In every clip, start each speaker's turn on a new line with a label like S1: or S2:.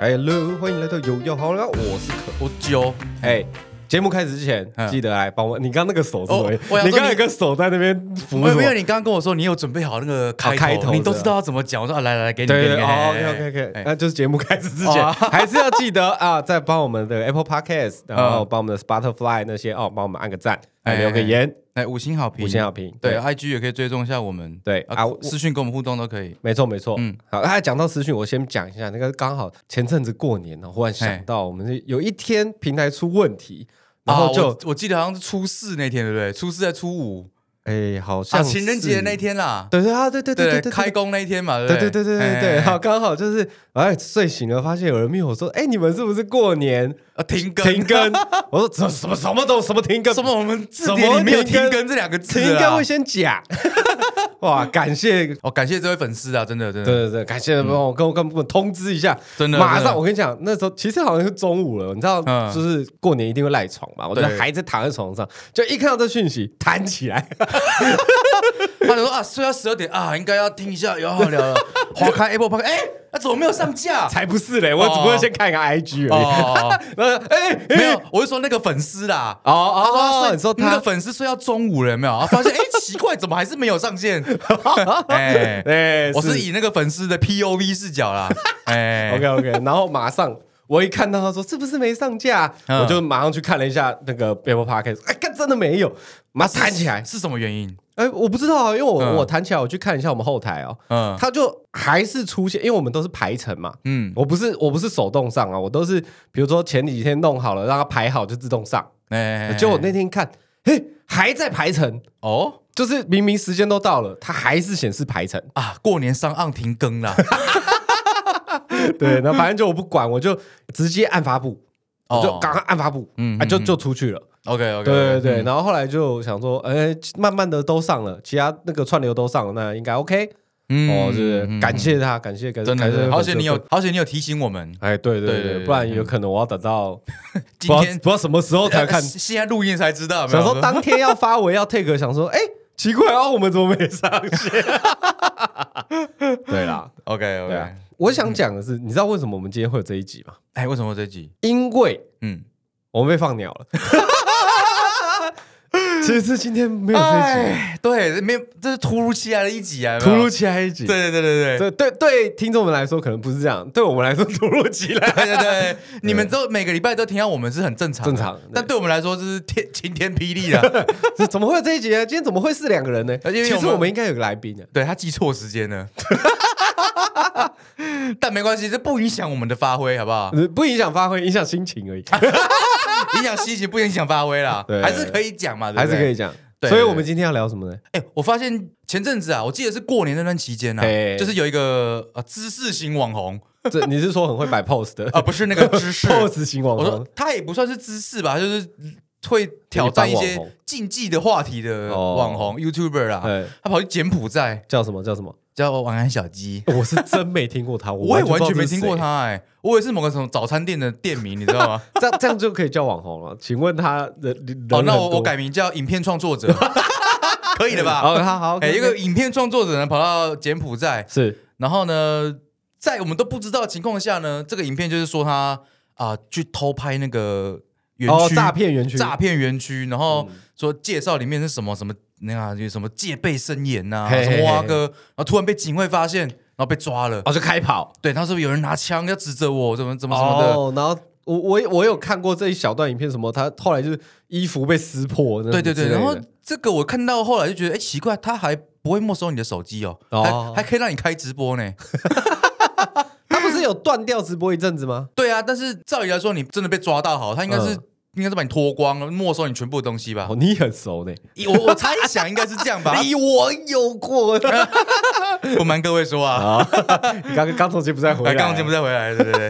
S1: Hello，欢迎来到有药好了，我是可。
S2: 我九，
S1: 哎，节目开始之前，
S2: 嗯
S1: 记得来帮我。你刚刚那个手是什么意
S2: 哦我
S1: 思？
S2: 想说
S1: 你刚刚
S2: 你
S1: 有个手在那边扶
S2: 没
S1: 什
S2: 有，
S1: 么
S2: 因为你刚刚跟我说你有准备好那个开
S1: 啊开头
S2: 你都
S1: 是吧
S2: 知道要怎么讲。我说啊，来来来，给你，
S1: 对
S2: 给
S1: 对
S2: 你
S1: 对
S2: 哎
S1: 哦
S2: 哎
S1: ，OK
S2: 哎
S1: OK
S2: 哎
S1: OK，那就是节目开始之
S2: 哦
S1: 前，还 是要记得啊，再帮我们的 Apple Podcast，然后
S2: 嗯
S1: 帮我们的 Spotify 那些哦，帮我们按个赞，
S2: 哎
S1: 留个言，
S2: 哎，五星好评，
S1: 五星好评
S2: 对
S1: 对
S2: ，IG 也可以追踪一下我们，
S1: 对啊
S2: 啊
S1: 我，
S2: 私讯跟我们互动都可以。
S1: 没错没错，嗯
S2: 嗯，
S1: 好，那讲到私讯，我先讲一下，那个刚好前阵子过年呢，忽然想到我们有一天平台出问题，然
S2: 啊
S1: 后
S2: 我
S1: 就
S2: 我记得好像是初四那天，对不对？初四还初五
S1: 哎，好
S2: 啊，
S1: 像
S2: 情人节那
S1: 是，
S2: 天啦，
S1: 对对啊，对对对对对，
S2: 开工那一天嘛，对不
S1: 对对对对对对，
S2: 哎
S1: 好，刚好就是哎睡醒了，发现有人密我说，哎，你们是不是过年
S2: 啊，停更
S1: 停更？我说什什么什么都什么停更
S2: 什么？我们字
S1: 什么
S2: 典里没有
S1: 停更
S2: 停更这两个字啊
S1: 停更会先讲，
S2: 啊
S1: 哇，感谢
S2: 哦，感谢这位粉丝啊，真的真
S1: 对
S2: 的，
S1: 对对，感谢帮我跟我跟我通知一下，
S2: 真的
S1: 马
S2: 真
S1: 上
S2: 的
S1: 我跟你讲，那时候其实好像是中午了，你知道，
S2: 嗯
S1: 就是过年一定会赖床嘛，我就
S2: 对
S1: 还在躺在床上，就一看到这讯息，弹起 来，
S2: 他就说啊，睡到十二点啊，应该要听一下，有好 聊了，划开 Apple Park，哎，那怎么没有上架？
S1: 才不是嘞，我只不过先看个 IG 而已，
S2: 哦，
S1: 然后哎，哎
S2: 没有，我是说那个粉丝啦。
S1: 哦
S2: 他说他
S1: 哦，
S2: 睡
S1: 你说
S2: 那
S1: 他
S2: 个，粉丝睡到中午了，有没有？然后发 现哎，奇怪，怎么还是没有上线？哎，
S1: 哎，
S2: 我是以那个粉丝的 POV 视 角啦。哎
S1: OK OK，然后马上。我一看到他说是不是没上架，
S2: 嗯
S1: 我就马上去看了一下那个 Apple Podcast，哎，看真的没有，马上弹起来，
S2: 是什么原因？
S1: 哎，我不知道啊，因为我、
S2: 嗯
S1: 我弹起来，我去看一下我们后台哦，
S2: 嗯
S1: 它就还是出现，因为我们都是排程嘛，
S2: 嗯，
S1: 我不是我不是手动上啊，我都是比如说前几天弄好了，让它排好就自动上。
S2: 哎，
S1: 结果我那天看，嘿，还在排程，
S2: 哦
S1: 就是明明时间都到了，它还是显示排程。
S2: 啊，过年上岸停 更啦。
S1: 对，那反正就我不管，我就直接按发布，我就
S2: 哦
S1: 赶快按发布，
S2: 嗯
S1: 啊，就
S2: 嗯嗯
S1: 就出去了。
S2: OK 嗯 OK，
S1: 对对对，然后后来就想说，哎，慢慢的都上了，其他那个串流都上了，那应该 OK。
S2: 嗯
S1: 哦，就是感谢他，感谢感谢，
S2: 真
S1: 感谢
S2: 的，
S1: 粉丝
S2: 好险你有
S1: 的，
S2: 好险你有提醒我们，
S1: 哎，对对
S2: 对对
S1: 对，
S2: 对
S1: 不然有可能我要等到
S2: 今
S1: 不知道
S2: 天
S1: 不知道什么时候才看
S2: 呃，现在录音才知道，有没
S1: 想
S2: 有
S1: 说当天要发我要 take，想说哎。奇怪哦，我们怎么没上线？ 对啦，
S2: OK
S1: 对啊
S2: OK，，
S1: 我想讲的是，你知道为什么我们今天会有这一集吗？
S2: 哎，为什么这集？
S1: 因为
S2: 嗯，
S1: 我们被放鸟了。 其实是今天没有这一集，
S2: 哎，对，没有，这是突如其来的一集啊，有没
S1: 突
S2: 有
S1: 如其来一集。
S2: 对对对对对。
S1: 对对对，听众们来说可能不是这样，对我们来说 突如其来。
S2: 对 对对，你们都每个礼拜都听到我们是很正常的，
S1: 正常对
S2: 但对我们来说这是天晴天霹雳 啊了。
S1: 这怎么会有这一集呢？今天怎么会是两个人呢？
S2: 而呃且因为
S1: 其
S2: 我
S1: 实
S2: 们
S1: 我们应该有个来宾啊的。
S2: 对他记错时间了， 但没关系，这不影响我们的发挥，好不 好？
S1: 不影响发挥，影响心情而已，
S2: 影响心情，不影响发挥啦
S1: 对，
S2: 还是可以讲嘛，对
S1: 还
S2: 不
S1: 是
S2: 对
S1: 可以。讲。
S2: 对
S1: 所以
S2: 对
S1: 我们今天要聊什么 呢？
S2: 哎、我发现前阵子啊，我记得是过年那段期间啊
S1: 嘿，
S2: 就是有一个呃知识型网红
S1: 这你是说很会摆 pose 的
S2: 啊，不是那个知识，
S1: pose 型网
S2: 我
S1: 红
S2: 说？他也不算是知识吧，就是会挑战一
S1: 一般网
S2: 些
S1: 红
S2: 竞技的话题的
S1: 哦
S2: 网红、YouTuber 啦。
S1: 对，
S2: 他跑去柬埔寨
S1: 叫什么叫什 么？
S2: 叫晚安小鸡，
S1: 我是真没听 过他，
S2: 我也
S1: 完
S2: 完
S1: 全
S2: 全
S1: 不
S2: 没
S1: 知
S2: 听
S1: 道
S2: 过
S1: 是谁。
S2: 他哎、我也是某个什么早餐店的店名，你知道吗？
S1: 这样这样就可以叫网红了。请问他的 人
S2: 哦，
S1: 人
S2: 那
S1: 很
S2: 我
S1: 多
S2: 我改名叫影片创 作者，可以了吧？
S1: 哦好好好，
S2: 哎、
S1: OK，
S2: 一个
S1: OK
S2: 影片创作者呢跑到柬埔寨，
S1: 是
S2: 然后呢，在我们都不知道的情况下呢，这个影片就是说他啊、去偷拍那个园
S1: 哦
S2: 区
S1: 诈骗园区
S2: 诈骗园区，然后
S1: 嗯
S2: 说介绍里面是什么什么那个啊有什么戒备森严呐、
S1: 嘿嘿
S2: 什
S1: 嘿
S2: 么蛙哥，然后突然被警卫发现，然后被抓了。
S1: 哦就开跑
S2: 对，他说有人拿枪要指责我，怎么怎么什么的。
S1: 哦，然后我我我有看过这一小段影片，什么他后来就是衣服被撕破，那
S2: 对对对，
S1: 之类的
S2: 然后这个我看到后来就觉得，哎，奇怪，他还不会没收你的手机哦，
S1: 哦
S2: 还还可以让你开直播呢。
S1: 他不是有断掉直播一阵子 吗？
S2: 对啊，但是照理来说，你真的被抓到好，他应该是、
S1: 嗯
S2: 应该是把你脱光了，没收你全部的东西吧
S1: 哦，？你很熟 呢，。
S2: 我我猜想应该是这样吧
S1: 我有 过
S2: 不瞒各位说啊，
S1: 啊！你刚刚从柬不寨回来，
S2: 来哎刚刚节目再回来，对对对，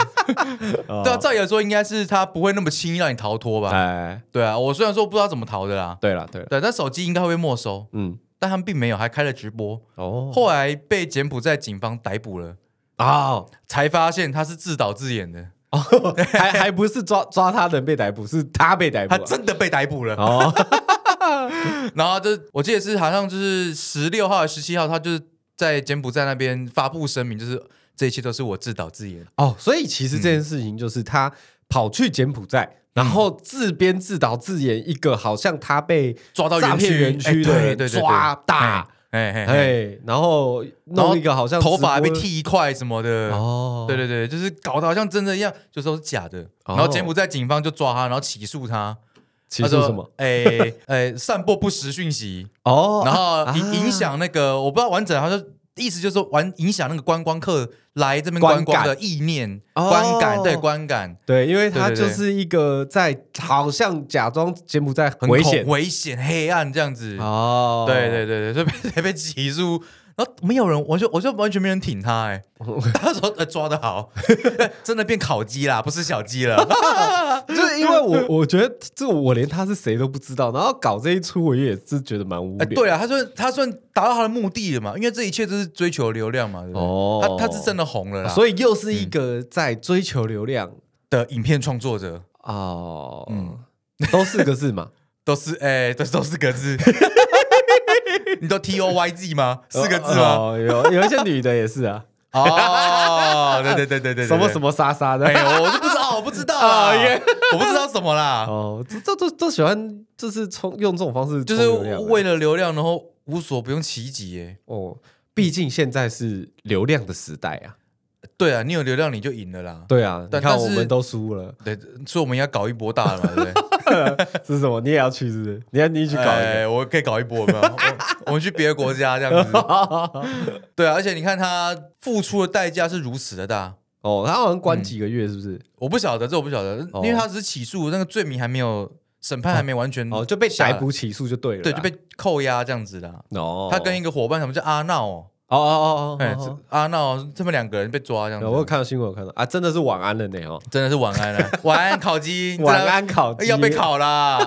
S1: 哦
S2: 对啊，照理来说应该是他不会那么轻易让你逃脱吧？
S1: 哎，
S2: 对啊，我虽然说不知道怎么逃的啦，
S1: 对了对了，
S2: 对，但手机应该会被没收，
S1: 嗯，
S2: 但他们并没有，还开了直播，
S1: 哦
S2: 后来被柬埔寨警方逮捕了，
S1: 啊，
S2: 才发现他是自导自演的，
S1: 还还不是抓抓他的人被逮捕，是他被逮捕
S2: 他
S1: 啊。
S2: 真的被逮捕了。
S1: 哦，
S2: 然后就是我记得是好像就是十六号、十七号，他就是在柬埔寨那边发布声明，就是这一切都是我自导自演。
S1: 哦，所以其实这
S2: 嗯
S1: 件事情就是他跑去柬埔寨，然后自编自导自演一个好像他被
S2: 抓到
S1: 诈
S2: 园区
S1: 骗园区的
S2: 哎对
S1: 人
S2: 对对对
S1: 抓大，
S2: 哎哎哎，
S1: 哎，然后
S2: 然后
S1: 弄一个好像
S2: 头发还被
S1: 直播
S2: 剃一块什么的。
S1: 哦，
S2: 对对对，就是搞得好像真的一样，就说是假的。
S1: 哦
S2: 然后柬埔寨警方就抓他，然后起诉他，
S1: 起
S2: 他
S1: 诉
S2: 说
S1: 什么？？
S2: 哎、哎、散播不实讯息，
S1: 哦，
S2: 然后
S1: 啊
S2: 影影响那个、我不知道完整，他说意思就是说完影响那个观光客来这边观光的意念、
S1: 观
S2: 观
S1: 感
S2: 感，
S1: 哦
S2: 对观感
S1: 对，因为他
S2: 对对
S1: 就
S2: 对
S1: 是一个在好像假装柬埔寨
S2: 很
S1: 危
S2: 恐
S1: 险
S2: 危险、黑暗这样子。
S1: 哦，
S2: 对对对对，所以被 才被起诉。然后没有人，我就我就完全没人挺他 哎、他说呃抓的好， 真的变烤鸡啦，不是小鸡了。
S1: 就是因为我我觉得这我连他是谁都不知道，然后搞这一出，我也是觉得蛮无
S2: 哎，
S1: 聊。
S2: 对啊，他算他算达到他的目的了嘛，因为这一切都是追求流量嘛，对不对？
S1: 哦
S2: 他他是真的红了啦，嗯所以
S1: 所以又是一个在追求流量
S2: 的影片创作者
S1: 哦，
S2: 嗯
S1: 都四个字嘛，
S2: 都是哎，都都四个字， 你都 T O Y Z 吗？ 四个字吗？
S1: 哦，有有一些女的也是啊，
S2: 哦，对对对对对，
S1: 什么什
S2: 么？
S1: 么莎莎的
S2: 哎，呦，我就不知道，我不知道
S1: 哦
S2: 啊
S1: 耶，
S2: 我不知道什么啦，
S1: 哦，这这都都喜欢，就是冲用这种方式
S2: 就
S1: 冲
S2: 是
S1: 流量啊，
S2: 为了流量，然后无所不用其极耶。
S1: 哦，毕竟现在是流量的时代啊，
S2: 对啊，你有流量你就赢了啦。
S1: 对啊，你
S2: 但
S1: 看
S2: 但是
S1: 我们都输 了，
S2: 对，所以我们要搞一波大的嘛，对不对？
S1: 是什么？你也要去是不是？你要 你去搞一个。
S2: 哎我可以搞一波，有没有？我我们去别的国家这样子。对啊，而且你看他付出的代价是如此的大，
S1: 哦，他好像关几个月，是不是？
S2: 我不晓得，这我不晓得，
S1: 哦
S2: 因为他只是起诉，那个罪名还没有审判，还没完全
S1: 哦，就被
S2: 嗯下
S1: 逮
S2: 来，
S1: 捕起诉就对了啦，
S2: 对，就被扣押这样子的。
S1: 哦，
S2: 他跟一个伙伴，什么叫阿闹哦？
S1: 哦哦哦
S2: 哎，
S1: 哦
S2: 这阿闹他们两个人被抓这样
S1: 哦，我有
S2: 子，
S1: 看到新闻，有看到啊，真的是晚安了呢哦，
S2: 真的是晚安 了，晚安烤鸡，
S1: 晚安烤鸡
S2: 哎要被，烤啦。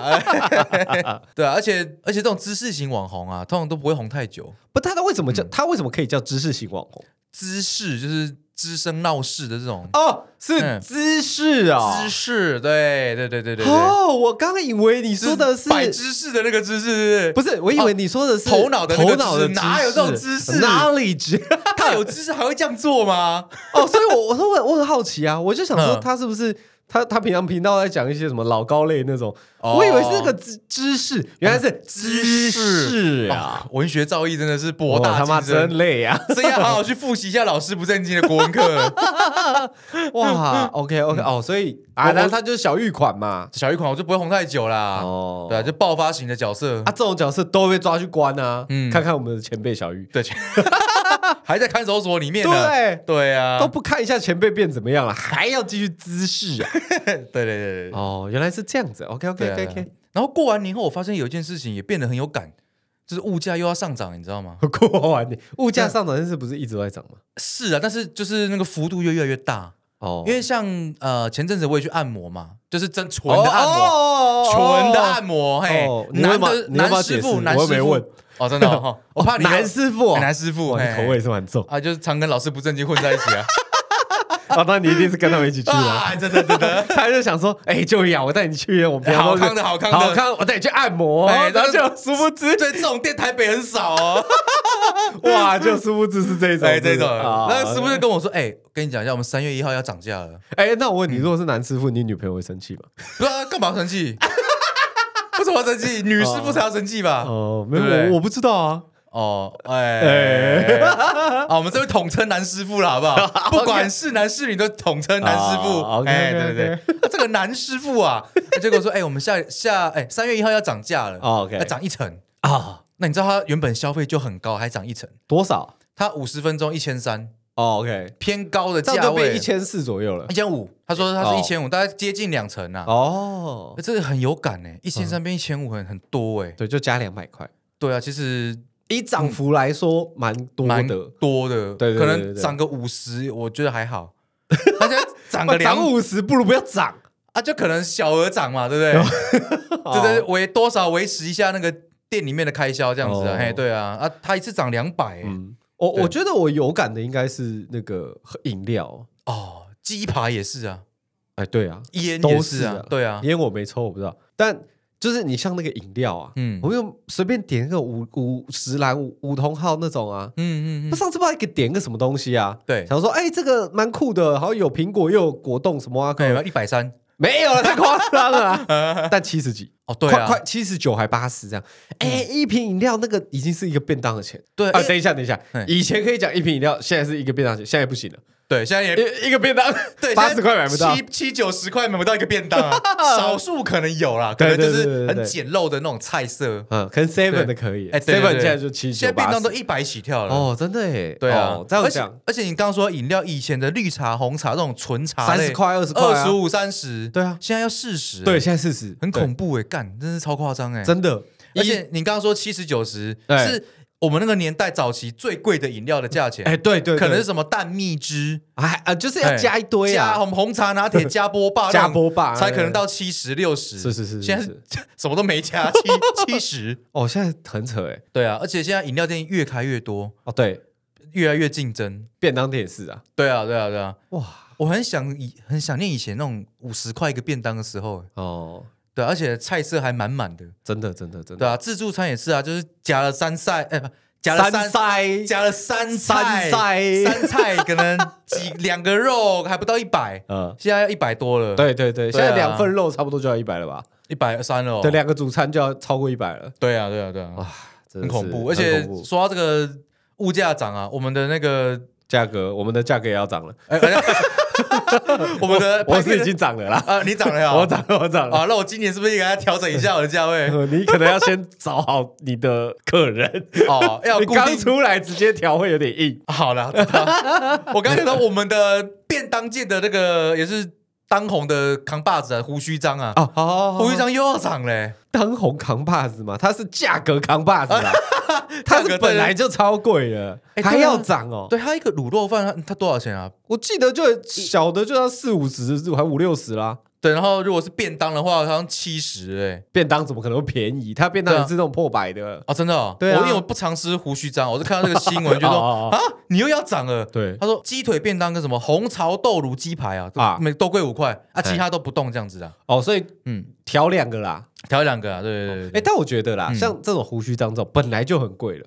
S2: 对啊，而且而且这种知识型网红啊，通常都不会红太久。
S1: 不，他他为什么叫他为什么可以叫知识型网红？
S2: 滋事，就是滋生闹事的这种
S1: 哦，是
S2: 嗯
S1: 姿势啊，
S2: 滋事，对对对对对对，
S1: 哦，我刚刚以为你说的是
S2: 摆知识的那个姿势，
S1: 不是？我以为你说的是
S2: 哦头脑的那
S1: 头
S2: 个
S1: 脑的
S2: 知识哪有这种知识
S1: ？knowledge
S2: 他有知识还会这样做吗？
S1: 哦，所以我我说我我很好奇啊，我就想说
S2: 嗯
S1: 他是不是他他平常频道在讲一些什么老高类那种，
S2: 哦
S1: 我以为是那个知知识，原来是知
S2: 知
S1: 识啊，
S2: 哦文学造诣真的是博
S1: 我
S2: 大
S1: 他妈
S2: 精深
S1: 真。累啊！
S2: 这要好好去复习一下老师不正经的国文课。
S1: 哇，OK OK 哦，所以啊，
S2: 我
S1: 那他就是小玉款嘛，
S2: 小一款我就不会红太久啦，
S1: 哦，
S2: 对啊，就爆发型的角色
S1: 啊，，这种角色都会被抓去关啊，
S2: 嗯
S1: 看看我们的前辈小玉，
S2: 对， 还在看守所里面呢。
S1: 对，
S2: 对啊，
S1: 都不看一下前辈变怎么 样了，还要继续滋事啊？
S2: 对对对对
S1: 哦，原来是这样子，OK OK
S2: 对啊
S1: OK
S2: 对啊
S1: OK，。
S2: 然后过完年后，我发现有一件事情也变得很有感，就是物价又要上涨，你知道吗？
S1: 过完年物价上涨，但是不是一直都在涨吗？
S2: 是啊，但是就是那个幅度又越来越大，
S1: 哦
S2: 因为像呃前阵子我也去按摩嘛，就是真
S1: 哦
S2: 纯的按摩，
S1: 摩
S2: 纯的按摩，嘿，
S1: 哦你会
S2: 男
S1: 吗
S2: 的
S1: 你会吗
S2: 男师
S1: 解
S2: 傅，
S1: 释
S2: 男
S1: 我又
S2: 师
S1: 没
S2: 傅
S1: 问，
S2: 哦，真 的哦，哦我怕你
S1: 男师傅哦，
S2: 男师傅，
S1: 哇，
S2: 嘿
S1: 你口味是蛮重
S2: 啊，就是常跟老师不正经混在一起啊，
S1: 啊，那你一定 是跟他们一起去 啊。
S2: 啊，真的真的，
S1: 他就想说，哎，就呀，我带你去，啊我们
S2: 好康的好康的
S1: 好康，我带你去按摩，
S2: 哎
S1: 然后
S2: 这
S1: 就殊不知，
S2: 对，这种店台北很 少哦，
S1: 哇，就殊不知是啊这种，
S2: 对哎这种，
S1: 那
S2: 那师傅就跟我说，哎，跟你讲一下，我们三月一号要涨价了，
S1: 哎，那我问你，如果是男师傅，你女朋友会生气吗？
S2: 不要干嘛 生气？为什么要生气？女师傅才要生气吧？
S1: 哦，没有，
S2: 对不对
S1: 我我不知道啊。
S2: 哦，
S1: 哎
S2: 哎， 啊，我们这边统称男师傅了，好不好？不管是男是女，都统称男师傅
S1: 哦。，OK，OK，OK
S2: 哎，对对对，啊这个男师傅啊，结果说，哎，我们下下哎三月一号要涨价了
S1: 哦，OK
S2: 要涨一层。
S1: 啊，
S2: 那你知道他原本消费就很高，还涨一层，
S1: 多少？
S2: 他五十分钟一千三，
S1: 哦，OK，哎
S2: 偏高的
S1: 这样
S2: 价
S1: 就变
S2: 位，
S1: 一千四左右了
S2: 一。千五。他说他是
S1: 哦
S2: 一千五，大概接近两成啊。
S1: 哦，嗯
S2: 这个很有感呢，一千三变一千五，很很多哎。
S1: 对，就加两百块。
S2: 对啊，其实
S1: 以涨幅来说，蛮多
S2: 蛮
S1: 的，
S2: 多的，
S1: 对对对对
S2: 可能
S1: 对
S2: 涨个五十，我觉得 还好。大家涨个两
S1: 涨五十不如不要涨。
S2: 啊，就可能小额涨嘛，对不对？
S1: 哦
S2: 对对，维多少维持一下那个店里面的开销这样子
S1: 哦
S2: 啊，嘿，对啊，啊，它一次涨两百，
S1: 嗯，我
S2: 对
S1: 我觉得我有感的应该是那个饮料，
S2: 哦，鸡排也是啊，
S1: 哎，对啊，
S2: 烟
S1: 都
S2: 也
S1: 是
S2: 啊，对啊，
S1: 烟我没抽，我不知道，但就是你像那个饮料啊，
S2: 嗯
S1: 我们就随便点一个五五十兰五五同号那种啊，
S2: 嗯嗯
S1: 他
S2: 嗯，
S1: 上次不知道给点个什么东西啊，
S2: 对
S1: 想说哎、这个蛮酷的，好像有苹果又有果冻什么啊，
S2: 对，一 百三，
S1: 没有了，太夸张了 啊，但七十几，
S2: 哦对
S1: 快
S2: 啊，嗯
S1: 快七十九还八十这样，哎、一瓶饮料那个已经是一个便当的钱。
S2: 对
S1: 啊，
S2: 哎
S1: 等一下，等一下
S2: 嘿，
S1: 以前可以讲一瓶饮料，现在是一个便当钱，现在不行了，
S2: 对，现在也
S1: 一一个便当
S2: 对，
S1: 哎八
S2: 现
S1: 十
S2: 在
S1: 块买不到
S2: 七，七九十块买不到一个便当 啊，少数可能有啦，可能
S1: 对对
S2: 就
S1: 对
S2: 是
S1: 对
S2: 很
S1: 对
S2: 简陋的那种菜色。
S1: 嗯，可能 seven
S2: 对
S1: 的可以，
S2: 哎对对
S1: ，seven
S2: 对
S1: 现在就七
S2: 现在
S1: 九
S2: 便
S1: 八
S2: 当
S1: 十
S2: 都，一百起跳了。
S1: 哦，真的哎，
S2: 对啊
S1: 哦，这样
S2: 而且
S1: 讲，
S2: 而且你刚刚说饮料，以前的绿茶、红茶这种纯茶类，
S1: 30块20块啊
S2: 二十五、三十，
S1: 对啊
S2: 现在要四十，欸
S1: 对，，现在四十，
S2: 很
S1: 怖，
S2: 恐怖哎，干，真是超夸张哎，
S1: 真的，一
S2: 而且你刚刚说七十九十
S1: 对
S2: 是我们那个年代早期最贵的饮料的价钱，
S1: 哎，对对，对
S2: 可能是什么蛋蜜汁，
S1: 哎啊，就是要加一堆
S2: 加
S1: 啊，
S2: 红红茶拿铁加波 霸那种，
S1: 加波霸哎
S2: 才可能到七十六十，
S1: 是是是是
S2: 现在
S1: 是
S2: 什么都没 加，七七十，
S1: 哦，现在很扯哎，
S2: 对啊，而且现在饮料店越开越多，
S1: 哦，对，
S2: 越来越竞争，
S1: 便当店也是啊，
S2: 对啊，对啊，对啊。
S1: 哇，
S2: 我很想以很想念以前那种五十块一个便当的时候，欸
S1: 哦，
S2: 对啊、而且菜色还满满的，
S1: 真的真的真的
S2: 对，啊，自助餐也是啊，就是夹了三菜，哎、不，夹了三
S1: 塞
S2: 夹了三
S1: 三
S2: 菜，
S1: 菜
S2: 三菜可能几两个肉还不到一百，
S1: 呃，
S2: 现在要一百多了，，
S1: 对对对，现
S2: 对啊
S1: 在两份肉差不多就要一百了吧？
S2: 一百三了、哦，
S1: 对，两个主餐就要超过一百了，
S2: 对啊，对啊，对啊，
S1: 哇，真的
S2: 很
S1: 是
S2: 恐怖。而
S1: 很
S2: 且
S1: 恐怖
S2: 说到这个物价涨啊，我们的那个，
S1: 价格，我们的价格也要涨了，
S2: 哎哎 我们的
S1: 我
S2: 呃拍片
S1: 是已经涨了 啦，
S2: 啊，你涨了呀，
S1: 我涨了，我涨了。
S2: 啊，那我今年是不是应该调整一下我的价 位？
S1: 呃你可能要先找好你的客人，
S2: 哦， 要
S1: 你
S2: 固
S1: 刚
S2: 定。
S1: 出来直接调会有点硬。
S2: 好了，知道我刚才讲到我们的便当界的那个也是当红的扛把子啊，胡须章啊，
S1: 哦，好好
S2: 胡须章又要涨嘞、
S1: 当红扛把子嘛，它是价格扛把子 啦，它是本来就超贵了，
S2: 哎对啊
S1: 还要涨哦。
S2: 对他一个卤肉饭，它它多少钱啊？
S1: 我记得就小的就要四五十，还五六十啦。
S2: 对，然后如果是便当的话，好像七十哎。
S1: 便当怎么可能会便宜？它便当也
S2: 对啊
S1: 是那种破百的。
S2: 哦，真的、哦，
S1: 对啊
S2: 我因为我不常吃胡须章，我是看到这个新闻，就 说
S1: 哦哦
S2: 啊，你又要涨了。
S1: 对
S2: 他说鸡腿便当跟什么红槽豆乳鸡排啊，
S1: 啊
S2: 每都贵五块啊，
S1: 哎
S2: 其他都不动这样子啊。
S1: 哦，所以
S2: 嗯，
S1: 调两个啦。
S2: 调两个啊，对对对
S1: 哎，
S2: 对。
S1: 但我觉得啦，
S2: 嗯
S1: 像这种胡须当这种本来就很贵了，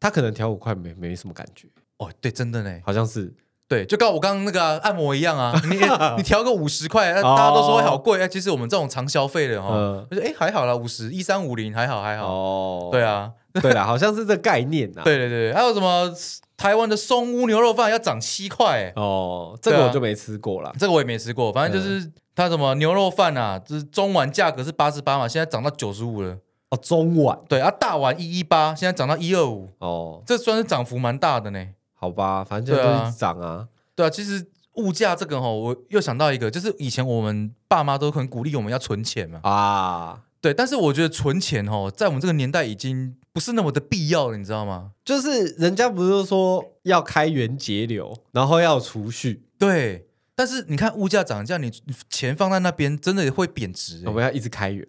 S1: 它可能调五块没没什么感觉，
S2: 哦，对，真的呢。
S1: 好像是
S2: 对，就跟我刚刚那个啊、按摩一 样啊，你你调个五十块，呃大家都说好贵，哎，其实我们这种常消费的哈
S1: 哦嗯，
S2: 我说哎还好啦，五十一三五零还好还好，
S1: 哦
S2: 对啊，
S1: 对啦，好像是这概念呐。
S2: 对对对，还有什么台湾的松屋牛肉饭要涨七块，哎
S1: 哦，这
S2: 对啊
S1: 个我就没吃过啦。
S2: 这个我也没吃过，反正
S1: 嗯
S2: 就是它什么牛肉饭啊，就是中碗价格是八十八嘛，现在涨到九十五了，
S1: 哦，中碗
S2: 对啊，大碗一一八，现在涨到一二五，
S1: 哦，
S2: 这算是涨幅蛮大的呢。
S1: 好吧，反正就
S2: 对啊
S1: 是涨啊。
S2: 对啊，其实物价这个哈，我又想到一个，就是以前我们爸妈都很鼓励我们要存钱嘛。
S1: 啊，
S2: 对，但是我觉得存钱哦，在我们这个年代已经不是那么的必要了，你知道吗？
S1: 就是人家不是说要开源节流，然后要储蓄，
S2: 对，但是你看物价涨价，你你钱放在那边真的会贬值欸、
S1: 我们要一直开源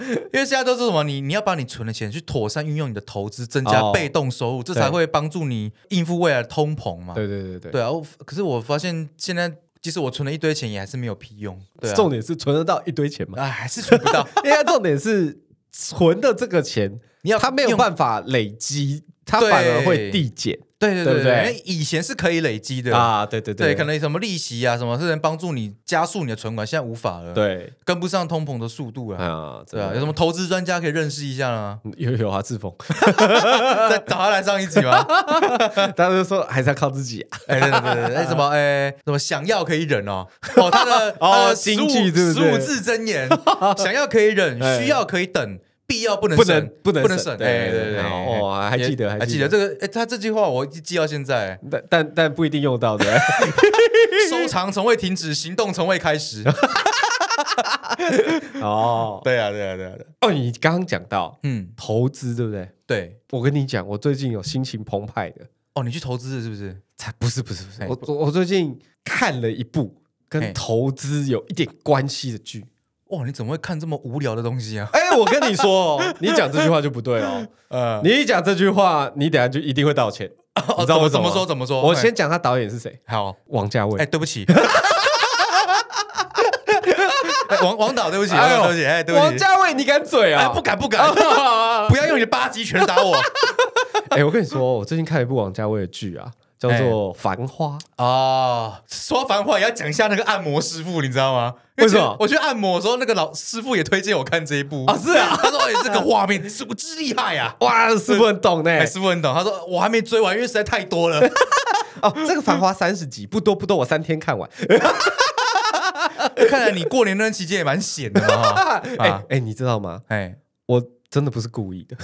S2: 因为现在都是什么，你你要把你存的钱去妥善运用你的投资，增加
S1: 哦
S2: 被动收入，这
S1: 对
S2: 才会帮助你应付未来的通膨嘛。
S1: 对对对对
S2: 对啊，我可是我发现现在，即使我存了一堆钱，也还是没有屁用。对啊，
S1: 重点是存得到一堆钱嘛。
S2: 哎还是存不到。
S1: 因为它重点是存的这个钱，
S2: 你要
S1: 它没有
S2: 用
S1: 办法累积，它反而会递减
S2: 对对对
S1: 对
S2: 对
S1: 不对
S2: 因为以前是可以累积的，
S1: 啊！对对
S2: 对，可能什么利息啊，什么是能帮助你加速你的存款，现在无法了，，
S1: 对
S2: 跟不上通膨的速度啊。
S1: 啊，
S2: 对啊，有
S1: 真
S2: 什
S1: 的
S2: 么投资专家可以认识一下 啊？
S1: 有有啊，志峰，
S2: 再找他来上一集吧。
S1: 大家就说还是要靠自己啊。
S2: 哎，对对对对，哎什么哎什么想要可以忍哦，哦他的
S1: 哦
S2: 他的十
S1: 金
S2: 五
S1: 句对不
S2: 十
S1: 对
S2: 五字 真言，想要可以忍，
S1: 哎
S2: 需要可以等，必要不能
S1: 不能
S2: 省，
S1: 不能
S2: 不能
S1: 省
S2: 省。
S1: 对
S2: 哎，
S1: 对
S2: 对对对，
S1: 对
S2: 哎
S1: 哦还记得
S2: 也还
S1: 还
S2: 记
S1: 记
S2: 得
S1: 得
S2: 这个，哎他这句话我记记到现在，
S1: 但但但不一定用到的，
S2: 收藏从未停止，行动从未 开始。
S1: 哦
S2: 对啊，对啊，对啊，对啊，
S1: 哦，你刚刚讲到
S2: 嗯，
S1: 投资，对不对？
S2: 对。
S1: 我跟你讲，我最近有心情澎湃的，
S2: 哦，你去投资了是不是？
S1: 才不是不是不是
S2: 哎，
S1: 我我我最近看了一部
S2: 哎
S1: 跟投资有一点关系的剧。
S2: 哇，你怎么会看这么无聊的东西啊？
S1: 哎，我跟你说哦，你讲这句话就不对 哦。
S2: 呃，
S1: 你一讲这句话，你等下就一定会道歉。你知道
S2: 怎么
S1: 我
S2: 哦怎么
S1: 么
S2: 说？怎么说？哎
S1: 我先讲他导演是谁，
S2: 哎好，
S1: 王家卫。
S2: 哎，对不起，哎 王王导，对不起，
S1: 哎呦
S2: 王导对不起，哎，对不
S1: 王
S2: 起，
S1: 家卫，你敢嘴
S2: 哎，
S1: 啊
S2: 不？敢 不敢，不 要用你的八极拳打我
S1: 哎，我跟你说，我最近看了一部王家卫的剧啊，叫做《
S2: 哎
S1: 繁花》。
S2: 哦，说反话也要讲一下那个按摩师傅，你知道吗？因
S1: 为什么
S2: 我去按摩的时候，那个老师傅也推荐我看这一部
S1: 啊是啊，
S2: 他说：“哎，这个画面是不真厉 害呀！”
S1: 哇，师傅很懂呢
S2: 哎，。师傅很懂，他说：“我还没追完，因为实在太多了。
S1: 哦， 这个《繁花》三十集，不多不多，我三天看完。”
S2: 看来你过年那段期间也蛮闲的嘛。
S1: 哎
S2: 啊
S1: 哎，你知道吗？
S2: 哎，
S1: 我真的不是故意的，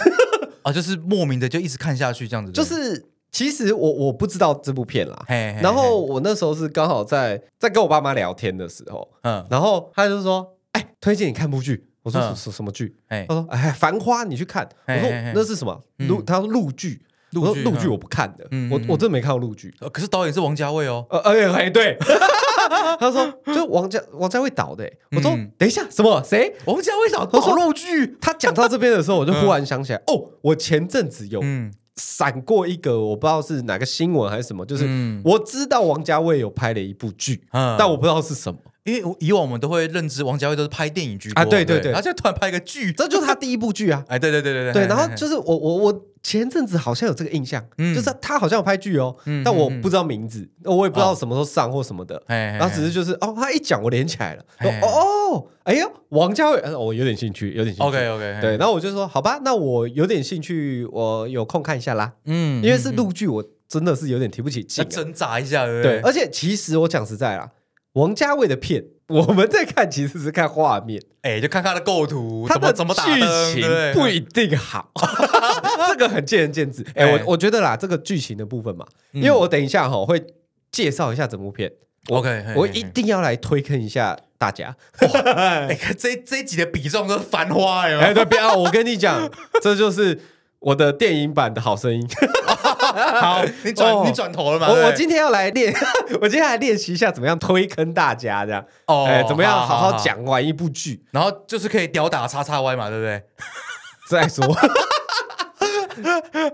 S2: 啊，就是莫名的就一直看下去这样子，
S1: 就是其实我我不知道这部片啦。
S2: 嘿，嘿
S1: 然后我那时候是刚好在在跟我爸妈聊天的时候，
S2: 嘿嗯，
S1: 然后他就说：“哎，推荐你看部剧。”我说：“
S2: 嗯
S1: 什什什么剧？”
S2: 哎
S1: 他，说：“哎，《繁花》你去看。”我
S2: 哎
S1: 说
S2: 哎哎：“
S1: 那是什么？
S2: 嗯
S1: 陆？”他说：“陆剧。”
S2: 陆
S1: 我说
S2: 剧：“
S1: 陆剧
S2: 嗯
S1: 我不看的
S2: 嗯，
S1: 我
S2: 嗯嗯
S1: 我真没看过陆剧。
S2: 呃可是导演是王家卫哦”。
S1: 呃，哎哎，对， 他说：“就是王家王家卫导的。”欸我说
S2: 嗯：“
S1: 等一下，什么谁？”
S2: 王家卫导
S1: 我说
S2: 导陆剧，
S1: 他讲到这边的时候，我就忽然想起来，哦，我前阵子有
S2: 嗯，
S1: 闪过一个，我不知道是哪个新闻还是什么，就是
S2: 嗯
S1: 我知道王家卫有拍了一部剧，
S2: 嗯
S1: 但我不知道是什么。
S2: 因为我以往我们都会认知王家卫都是拍电影居多
S1: 啊对对对
S2: 他现在突然拍一个剧，。
S1: 这就是他第一部剧啊
S2: 哎，对对对对
S1: 对，然后
S2: 嘿嘿
S1: 就是我我我前阵子好像有这个印象，
S2: 嗯
S1: 就是他好像有拍剧哦
S2: 嗯，哦
S1: 但我不知道名字，我也不知道什么时候上或什么的。
S2: 嘿嘿
S1: 然后只是就是哦，他一讲我连起来了，
S2: 嘿
S1: 哦哦，哎呦，王家卫，呃我有点兴趣，有点兴趣。
S2: OK OK，
S1: 对，，然后我就说好吧，那我有点兴趣，我有空看一下啦。
S2: 嗯
S1: 因为是陆剧，我真的是有点提不起劲啊、
S2: 要挣扎一下，对不
S1: 对，
S2: 对？
S1: 而且其实我讲实在啦，王家卫的片我们在看其实是看画面，
S2: 哎，就看他的构图，
S1: 他
S2: 怎么
S1: 的
S2: 怎么打
S1: 剧
S2: 灯
S1: 情不，
S2: 对
S1: 一定好，这个很见仁见智。 哎、
S2: 哎
S1: 我我觉得啦，这个剧情的部分嘛，因
S2: 嗯
S1: 为我等一下哈会介绍一下整部片，
S2: 对 OK，嘿
S1: 我
S2: 嘿
S1: 一
S2: 嘿
S1: 定要来推坑一下大家。
S2: 哎，看这这一集的比重都是繁花
S1: 哎，
S2: 呀，
S1: 对，不要，我跟你讲， 这就是我的电影版的好声音。
S2: 好， 你
S1: 哦
S2: 转你转头了嘛？对
S1: 我
S2: 不
S1: 我
S2: 对
S1: 今天要来练， 我今天来练习一下怎么样推坑大家，这样
S2: 哦
S1: 哎，怎么样
S2: 好
S1: 好
S2: 好
S1: 好
S2: 好
S1: 讲完一部剧
S2: 然后就是可以屌打叉叉 Y 嘛，对不对？
S1: 再说。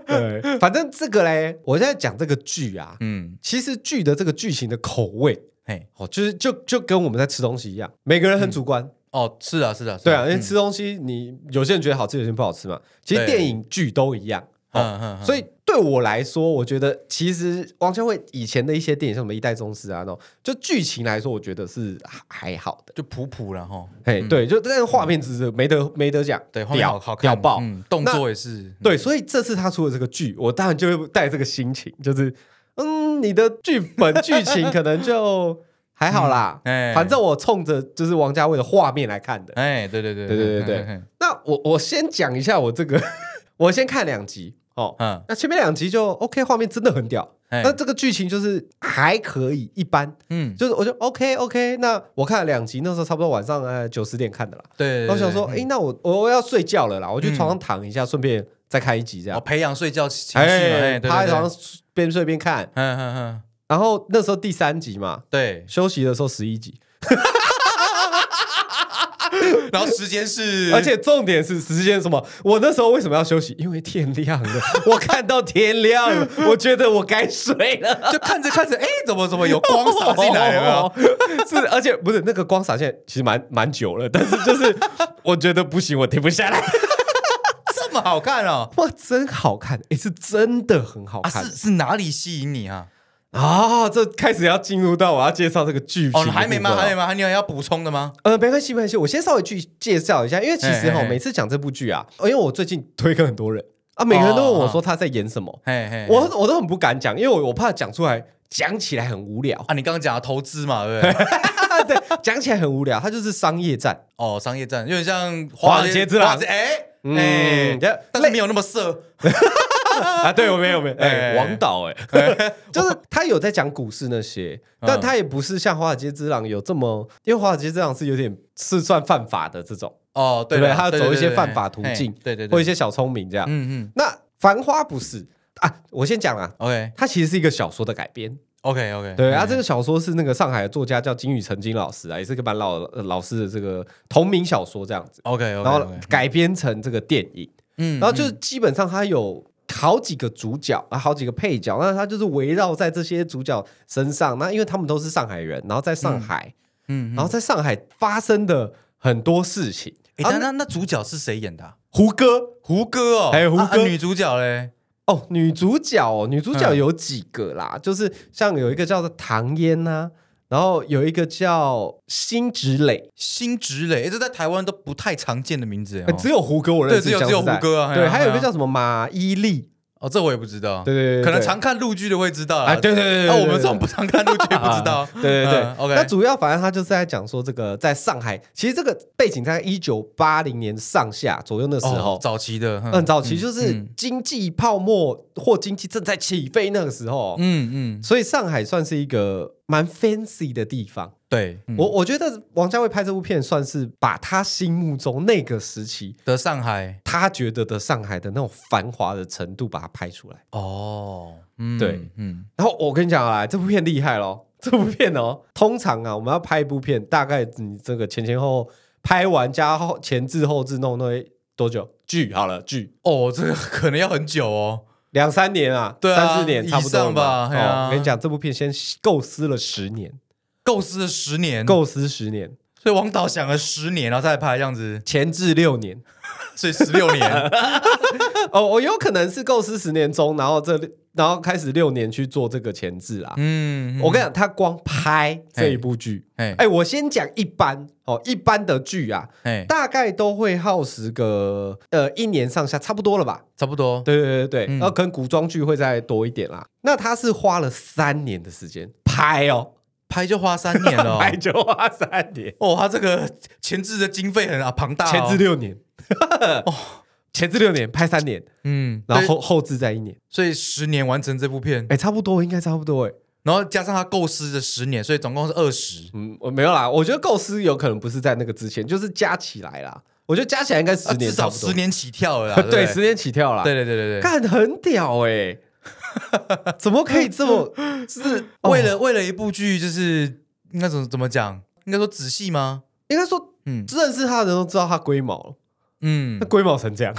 S1: 对，反正这个嘞，我现在讲这个剧啊，
S2: 嗯，
S1: 其实剧的这个剧情的口味，
S2: 嘿，
S1: 哦，就是就就跟我们在吃东西一样，每个人很主观，
S2: 哦，是啊，是啊，是
S1: 对啊，因为
S2: 嗯
S1: 吃东西你有些人觉得好吃，有些人不好吃嘛。其实
S2: 对
S1: 电影剧都一样，哦，
S2: 嗯嗯，
S1: 所
S2: 以
S1: 以对我来说，我觉得其实王家卫以前的一些电影，像什么《一代宗师》啊那种，就剧情来说，我觉得是还好的。
S2: 就普普了哈。
S1: 哎，对，就但是画面只是没得没得讲，
S2: 嗯对，画面
S1: 屌
S2: 好好看，
S1: 屌爆。
S2: 嗯，动作也是，
S1: 对，所以这次他出了这个剧，我当然就会带这个心情，就是嗯，你的剧本剧情可能就还好啦，
S2: 嗯哎
S1: 反正我冲着就是王家卫的画面来看的。
S2: 哎，对对对
S1: 对对对对
S2: 嘿嘿嘿
S1: 那我我先讲一下我这个， 我先看两集哦。
S2: 嗯，
S1: 那前面两集就 OK，画面真的很屌。
S2: 哎
S1: 那这个剧情就是还可以，一般，
S2: 嗯，
S1: 就是我就 OK OK。那我看了两集，那时候差不多晚上呃九十点看的啦。
S2: 对，对对
S1: 我想说，
S2: 对
S1: 哎，那我我要睡觉了啦，我去床上躺一下，顺便再看一集这
S2: 我
S1: 样。
S2: 哦培养睡觉情绪嘛，
S1: 哎
S2: 哎，对
S1: 趴在，床
S2: 对对
S1: 上边睡边看。
S2: 嗯嗯嗯，
S1: 然后那时候第三集嘛，
S2: 对，
S1: 休息的时候十一集，
S2: 然后时间是，
S1: 而且重点是时间什么？我那时候为什么要休息？因为天亮 了，我看到天亮了，我觉得我该睡了。 哦
S2: 就看着看着，哎，怎么怎么有光洒进来了？
S1: 是，而且不是那个光洒现在其实蛮蛮久了，但是就是 我觉得不行，我停不下来。
S2: 这么好看哦！
S1: 哇，真好看，哎，是真的很好
S2: 啊，
S1: 看
S2: 是是哪里吸引你啊？
S1: 啊！这开始要进入到我要介绍这个剧情
S2: 哦，
S1: 的
S2: 还没
S1: 部
S2: 吗？
S1: 分了啊
S2: 还没吗？你有要补充的吗？
S1: 呃，没关系，没关系，我先稍微去介绍一下，因为其实哈
S2: 嘿嘿，嘿
S1: 每次讲这部剧啊，因为我最近推给很多人啊，每个人都
S2: 哦
S1: 问我说他在演什么，
S2: 嘿嘿，，
S1: 我我都很不敢讲，因为我我怕讲出来讲起来很无聊
S2: 啊，你刚刚讲的投资嘛，对不 对？
S1: 对，讲起来很无聊，它就是商业战，
S2: 哦，商业战有点像
S1: 华尔街之狼
S2: 哎
S1: 嗯
S2: 哎，但是没有那么色，
S1: 啊，对，我没有没有，哎，
S2: 哎
S1: 王导， 哎，就是他有在讲股市那些，
S2: 嗯
S1: 但他也不是像《华尔街之狼》有这么，因为《华尔街之狼》是有点是算犯法的这种，
S2: 哦，
S1: 对
S2: 对
S1: 不对
S2: 了
S1: 他要
S2: 对
S1: 走
S2: 对
S1: 一些
S2: 对
S1: 犯
S2: 对
S1: 法途
S2: 嘿
S1: 径
S2: 对对对，
S1: 或一些小聪明这样。
S2: 嗯嗯
S1: 那《繁花》不是啊，我先讲啊，
S2: ，OK
S1: 它其实是一个小说的改编。
S2: OK OK，
S1: 对啊，这个小说是那个上海的作家叫金宇澄金老师啊，也是个蛮老呃老师的这个同名小说这样子，
S2: OK OK，
S1: 然后改编成这个电影，
S2: 嗯，
S1: 然后就是基本上它有。好几个主角啊，好几个配角，那它就是围绕在这些主角身上。那因为他们都是上海人，然后在上海，
S2: 嗯，嗯
S1: 然后在上海发生的很多事情。
S2: 哎、
S1: 啊
S2: 那那那主角是谁演的啊、
S1: 胡歌
S2: 胡歌哦，
S1: 还有胡
S2: 啊啊
S1: 歌
S2: 女主角嘞，
S1: 哦，女主角、哦、女主角
S2: 嗯
S1: 有几个啦？就是像有一个叫做唐嫣呐、然后有一个叫辛芷蕾，
S2: 辛芷蕾，诶这在台湾都不太常见的名字哦。
S1: 呃只有胡歌我认识，
S2: 对只有
S1: 像是
S2: 只有胡
S1: 在
S2: 歌啊嘿
S1: 对，
S2: 啊
S1: 还有一个
S2: 嘿啊
S1: 叫什么马伊琍，
S2: 哦，这我也不知道，
S1: 对对对对
S2: 可能
S1: 对
S2: 常看陆剧的会知道啦
S1: 啊，对对对对
S2: 啊，
S1: 对
S2: 我们
S1: 对。
S2: 这种不常看陆剧不知道
S1: 对对对、
S2: 嗯，OK
S1: 那主要反正他就是在讲说这个在上海，其实这个背景在一九八零年上下左右的时候
S2: 哦，，早期的，嗯
S1: 很早期，就是
S2: 嗯
S1: 经济泡沫或经济正在起飞那个时候，
S2: 嗯嗯，
S1: 所以上海算是一个蛮 fancy 的地方。
S2: 对，嗯
S1: 我我觉得王家卫拍这部片算是把他心目中那个时期
S2: 的上海
S1: 他觉得的上海的那种繁华的程度把它拍出来。
S2: 哦，嗯
S1: 对，
S2: 嗯，
S1: 然后我跟你讲啊，这部片厉害咯， 这部片哦，通常啊，我们要拍一部片，大概你这个前前后后拍完加后前置后置弄弄多久？剧好了，剧
S2: 哦，这个可能要很久哦，
S1: 两三年啊，
S2: 对啊
S1: 三四年差不多了
S2: 以上吧嘿
S1: 哦，
S2: 啊
S1: 我跟你讲，这部片先构思了十年，
S2: 构思了十年，，
S1: 构思十年，
S2: 所以王导想了十年，然后再拍这样子，
S1: 前置六年。
S2: 所以十六年，
S1: 哦，我有可能是构思十年中，然后这然后开始六年去做这个前置啦。
S2: 嗯，嗯
S1: 我跟你讲，他光拍这一部剧，
S2: 哎
S1: 哎，我先讲一般哦，一般的剧啊，
S2: 哎，
S1: 大概都会耗时个呃一年上下，差不多了吧？
S2: 差不多，
S1: 对对对对，
S2: 嗯
S1: 然后可能古装剧会再多一点啦。那他是花了三年的时间拍哦，
S2: 拍就花三年 了哦，
S1: 拍就花三年，
S2: 哦，他这个前置的经费很啊庞大哦，
S1: 前置六年， 前置六年拍三年，
S2: 嗯，
S1: 然
S2: 对
S1: 后后后置在一年，
S2: 所以十年完成这部片，
S1: 哎，差不多应该差不多哎。
S2: 然后加上他构思的十年，所以总共是二十。
S1: 嗯，我没有啦，我觉得构思有可能不是在那个之前，就是加起来啦。我觉得加起来应该十
S2: 啊，
S1: 年、
S2: 至少十，年起跳了啦，对 不
S1: 对，
S2: 对
S1: 十年起跳啦。
S2: 对，对对对对，
S1: 干很屌哎、 怎么可以这么？是哦
S2: 为了为了一部剧，就是那种怎么讲？应该说仔细吗？
S1: 应该说
S2: 嗯
S1: 认识他的人都知道他龟毛了，
S2: 嗯
S1: 他，龟毛成这样，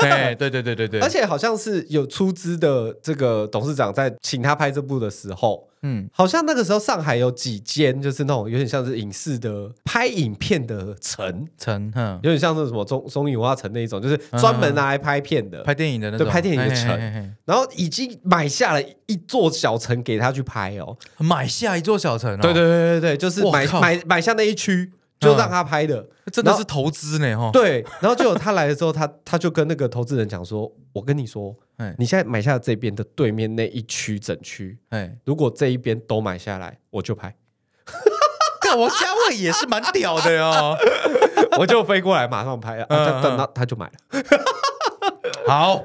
S2: 哎，对对对对对，
S1: 而且好像是有出资的这个董事长在请他拍这部的时候。
S2: 嗯，
S1: 好像那个时候上海有几间就是那种有点像是影视的拍影片的城，
S2: 成哼，
S1: 有点像是什么中中影文化城那一种，就是专门拿来拍片的。
S2: 拍电影的那种，
S1: 对拍电影的
S2: 嘿嘿
S1: 成
S2: 嘿嘿
S1: 然后已经买下了一座小城给他去拍哦。
S2: 嘿买下一座小城嗯哦，
S1: 对对，对对对，就是
S2: 我
S1: 买
S2: 靠嗯
S1: 买买下那一区，就让他拍的。
S2: 真的
S1: 然
S2: 是
S1: 后
S2: 投资呢哦哈。
S1: 对，然后结果他来了之后，他 他就跟那个投资人讲说：“我跟你说，
S2: 哎
S1: 你现在买下这边的对面那一区整区，
S2: 哎，
S1: 如果这一边都买下来，我就拍，
S2: 看王家卫也是蛮屌 的哦。
S1: 我就飞过来马上拍啊。啊”
S2: 嗯嗯
S1: 他他
S2: 嗯
S1: 那他就买了，
S2: 好，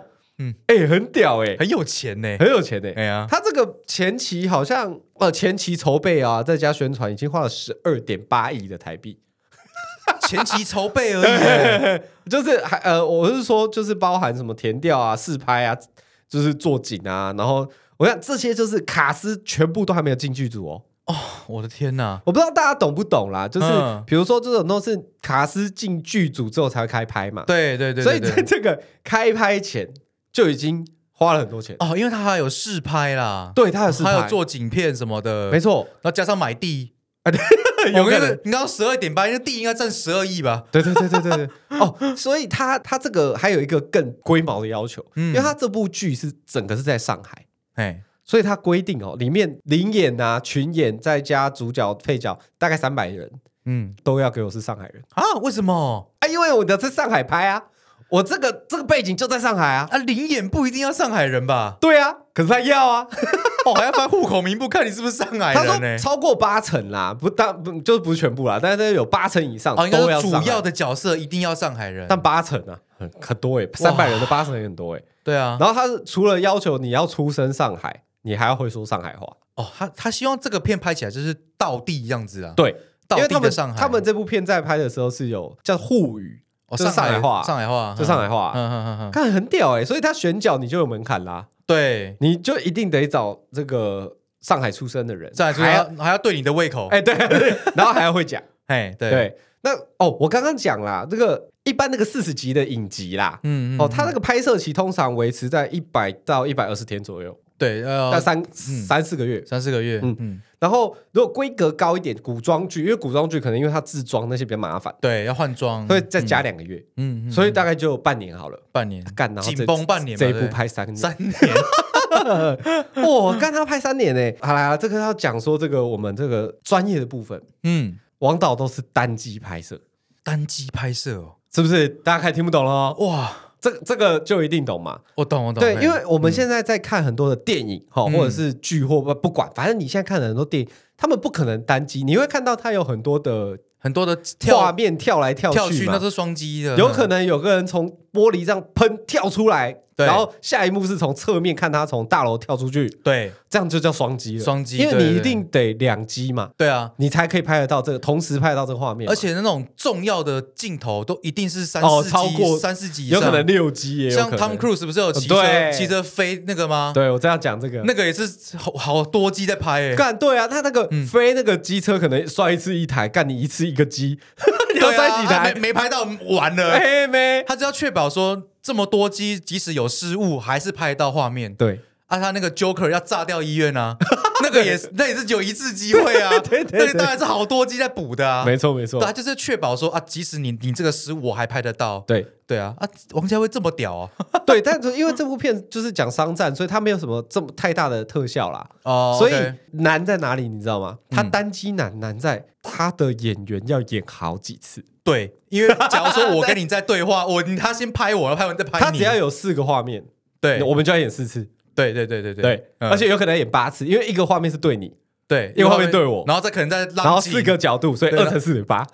S1: 哎，很屌哎，
S2: 很有钱呢。
S1: 很有钱
S2: 哎
S1: 哎。
S2: 呀，
S1: 他这个前期好像呃前期筹备啊，再加宣传，已经花了十二点八亿的台币。
S2: 前期筹 备而已耶。
S1: 就是还呃，我是说，就是包含什么填调啊、试拍啊，就是做景啊，然后我想这些就是卡斯全部都还没有进剧组哦。
S2: 我的天哪！
S1: 我不知道大家懂不懂啦，就是、
S2: 嗯
S1: 比如说这种都是卡斯进剧组之后才会开拍嘛，
S2: 对对对，
S1: 所以
S2: 对
S1: 在
S2: 对
S1: 这个开拍前就已经花了很多钱。
S2: 哦，因为他还有试拍啦，
S1: 对，他有试拍，
S2: 还哦有做景片什么的，
S1: 没 错，哦
S2: 然后加上买地，
S1: 有可
S2: 我跟
S1: 能
S2: 你你刚刚十二点八，那地应该占十二亿吧？
S1: 对对对对对对，哦，所以他他这个还有一个更龟毛的要求，
S2: 嗯
S1: 因为他这部剧是整个是在上海。
S2: 哎，
S1: 所以它规定哦，里面零演啊、群演再加主角、配角，大概三百人
S2: 嗯
S1: 都要给我是上海人
S2: 啊，为什么
S1: 啊，因为我的在上海拍啊，我这个这个背景就在上海啊，？
S2: 啊？灵眼不一定要上海人吧
S1: 对啊，可是他要啊，
S2: 哦，还要翻户口名簿看你是不是上海
S1: 他
S2: 人
S1: 说
S2: 呢？
S1: 超过八成啦，不当不就是不是全部啦，但是有八成以上
S2: 哦，应该
S1: 都要
S2: 是
S1: 上
S2: 主
S1: 海
S2: 要，的角色一定要上海人，
S1: 但八成啊很很多哎、欸，三百人的八成也很多哎、
S2: 对啊，
S1: 然后他是除了要求你要出生上海，你还要会说上海话，
S2: 哦，他他希望这个片拍起来就是道地样子啊，，
S1: 对，
S2: 道
S1: 因为
S2: 地
S1: 他
S2: 的
S1: 们
S2: 上海，
S1: 他们这部片在拍的时候是有叫沪语。
S2: 哦
S1: 就是上海话
S2: 上海话，
S1: 就上海话啊
S2: 嗯嗯嗯嗯嗯，
S1: 看很屌哎、所以他选角你就有门槛啦，
S2: 对，
S1: 你就一定得找这个上海出生的人，
S2: 上海哦
S1: 还
S2: 还
S1: 要
S2: 要还要对你的胃口，
S1: 哎、对对，然后还要会讲
S2: 哎，对，
S1: 对。那哦，我刚刚讲啦，这个一般那个四十集的影集啦，哦
S2: 嗯嗯，
S1: 哦，它那个拍摄期通常维持在一百到一百二十天左右，
S2: 对，
S1: 大概
S2: 呃，
S1: 三三四个月。
S2: 三四个月，嗯嗯，
S1: 然后如果规格高一点，古装剧，因为古装剧可能因为它自装那些比较麻烦，
S2: 对，要换装，
S1: 所以再加两个月，
S2: 嗯，嗯，
S1: 所以大概就半年好了。
S2: 半年，
S1: 干，然后这
S2: 紧绷半年嘛，
S1: 这一
S2: 对
S1: 部拍三年，
S2: 三年，
S1: 哇、哦干他拍三年呢、好啦，这个要讲说这个我们这个专业的部分，
S2: 嗯，
S1: 王导都是单机拍摄，
S2: 单机拍摄哦，
S1: 是不是？大家开始听不懂了哦，
S2: 哇，
S1: 这这个就一定懂嘛？
S2: 我懂，我懂，
S1: 对，
S2: 嘿
S1: 因为我们现在在看很多的电影，哈、
S2: 嗯
S1: 或者是剧或不不管，反正你现在看的很多电影，他们不可能单机，你会看到他有很多的
S2: 很多的
S1: 画
S2: 跳
S1: 面跳来跳
S2: 跳
S1: 去
S2: 去，
S1: 嘛
S2: 那是双机的，
S1: 有可能有个人从玻璃这样喷跳出来，
S2: 对
S1: 然后下一幕是从侧面看他从大楼跳出去，
S2: 对
S1: 这样就叫双击了。
S2: 双机
S1: 因为
S2: 对对
S1: 你一
S2: 对
S1: 定得两击嘛，
S2: 对啊，
S1: 你才可以拍得到这个，同时拍得到这个画面嘛。
S2: 而且那种重要的镜头都一定是三
S1: 哦
S2: 四集
S1: 超过
S2: 三四集以
S1: 有
S2: 上，
S1: 可能六击也有
S2: 像
S1: 可能
S2: Tom Cruise 不是有骑
S1: 对
S2: 车骑车飞那个吗？
S1: 对我这样讲这个，
S2: 那个也是好好多机在拍诶，
S1: 干对啊，他那个
S2: 嗯
S1: 飞那个机车可能摔一次一台，干你一次一个机，你要
S2: 对啊
S1: 摔几
S2: 啊
S1: 台
S2: 没？没拍到完了，
S1: 哎没，
S2: 他只要确保说这么多机即使有失误还是拍到画面。
S1: 对，
S2: 啊，他那个 Joker 要炸掉医 院啊，那个也是，那也是只有一次机会啊，
S1: 对对对
S2: 那个当然是好多机在补的啊。
S1: 没错没错
S2: 对，，他就是确保说啊，即使你你这个失误，我还拍得到。
S1: 对
S2: 对啊，啊，王家卫这么屌啊，
S1: 对，但是因为这部片就是讲商战，所以它没有什么这么太大的特效啦。
S2: 哦
S1: 所以
S2: OK
S1: 难在哪里，你知道吗？他
S2: 嗯
S1: 单机难难在他的演员要演好几次，
S2: 对，因为假如说我跟你在对话，我你他先拍我，然后拍完再拍你，
S1: 他只要有四个画面，
S2: 对
S1: 我们就要演四次，
S2: 对对对对对
S1: 对，
S2: 嗯
S1: 而且有可能演八次，因为一个画面是对你，
S2: 对，
S1: 一个画面对我
S2: 然后再可能再
S1: 然后
S2: 浪
S1: 四个角度，所以
S2: 对
S1: 二
S2: 了
S1: 乘四等于八。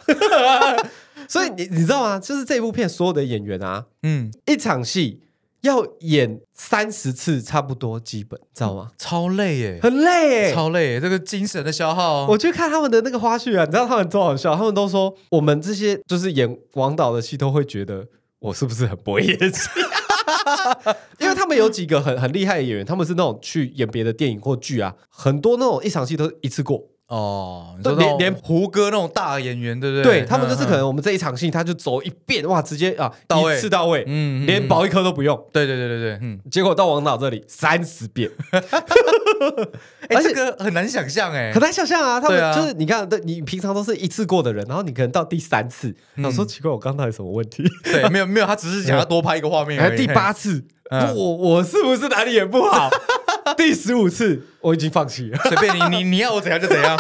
S1: 所以你你知道吗？就是这部片所有的演员啊，
S2: 嗯，
S1: 一场戏要演三十次差不多，基本知道吗？
S2: 超累耶，
S1: 很累耶、
S2: 嗯超累耶，这个精神的消耗，
S1: 我去看他们的那个花絮啊，你知道他们多好笑？他们都说我们这些就是演王导的戏，都会觉得我是不是很不会演 戏？因为他们有几个很很厉害的演员，他们是那种去演别的电影或剧啊，很多那种一场戏都是一次过。
S2: 哦，你说
S1: 连
S2: 那种
S1: 连
S2: 胡歌那种大演员，对不对？
S1: 对他们就是可
S2: 嗯
S1: 能我们这一场戏，他就走一遍哇，直接啊
S2: 到位
S1: 一次到位，
S2: 嗯嗯
S1: 连保一颗都不用。
S2: 对对对对对，嗯，
S1: 结果到王导这里三十遍， 而
S2: 哎，
S1: 且
S2: 这个很难想象 哎
S1: 很，难想象啊！他
S2: 对
S1: 们
S2: 啊
S1: 就是你看，对你平常都是一次过的人，然后你可能到第三次，
S2: 嗯
S1: 想说奇怪，我刚才有什么问题？
S2: 对，没有没有，他只是想要多拍一个画面
S1: 然
S2: 而
S1: 后
S2: 已，
S1: 哎第八次，
S2: 嗯
S1: 我我是不是哪里演不 好？第十五次我已经放弃了，
S2: 嘿，随便你你你要我怎样就 怎样。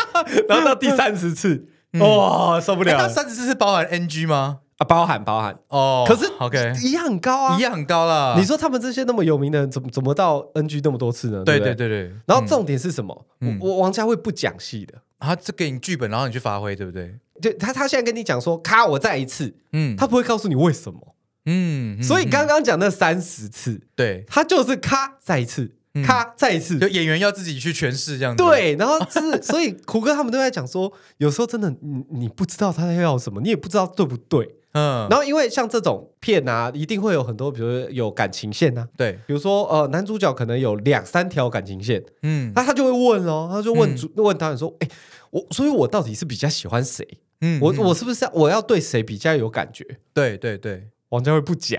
S1: 然后到第三十次，哇，受不
S2: 哎
S1: 了
S2: 那
S1: 了
S2: 三十四是包含 NG 吗？
S1: 啊！包含包含，
S2: 哦，
S1: 可是
S2: OK
S1: 一样很高啊
S2: 一。样很高啦。
S1: 你说他们这些那么有名的人，怎么怎么到 NG 那么多次呢？
S2: 对
S1: 不
S2: 对对对，
S1: 然后
S2: 嗯
S1: 重点是什么？
S2: 嗯
S1: 我我王家卫不讲戏的，
S2: 他就给你剧本，然后你去发挥，对不对？
S1: 就他他现在跟你讲说，咔，我再一次，
S2: 嗯，
S1: 他不会告诉你为什么。
S2: 嗯，嗯
S1: 所以
S2: 嗯
S1: 刚刚讲那三十次，
S2: 对，
S1: 他就是咔再一次，
S2: 嗯
S1: 咔再一次
S2: 就，演员要自己去诠释这样子。，
S1: 对，然后 就是，所以胡歌他们都在讲说，有时候真的你你不知道他要什么，你也不知道对不对。
S2: 嗯，
S1: 然后因为像这种片啊，一定会有很多，比如说有感情线啊，
S2: 对，
S1: 比如说呃男主角可能有两三条感情线，
S2: 嗯
S1: 那他就会问哦，他就问
S2: 嗯
S1: 主、问导演说，哎、我所以我到底是比较喜欢谁？
S2: 嗯
S1: 我
S2: 嗯
S1: 我是不是要我要对谁比较有感觉？
S2: 对对对，
S1: 王家卫不讲，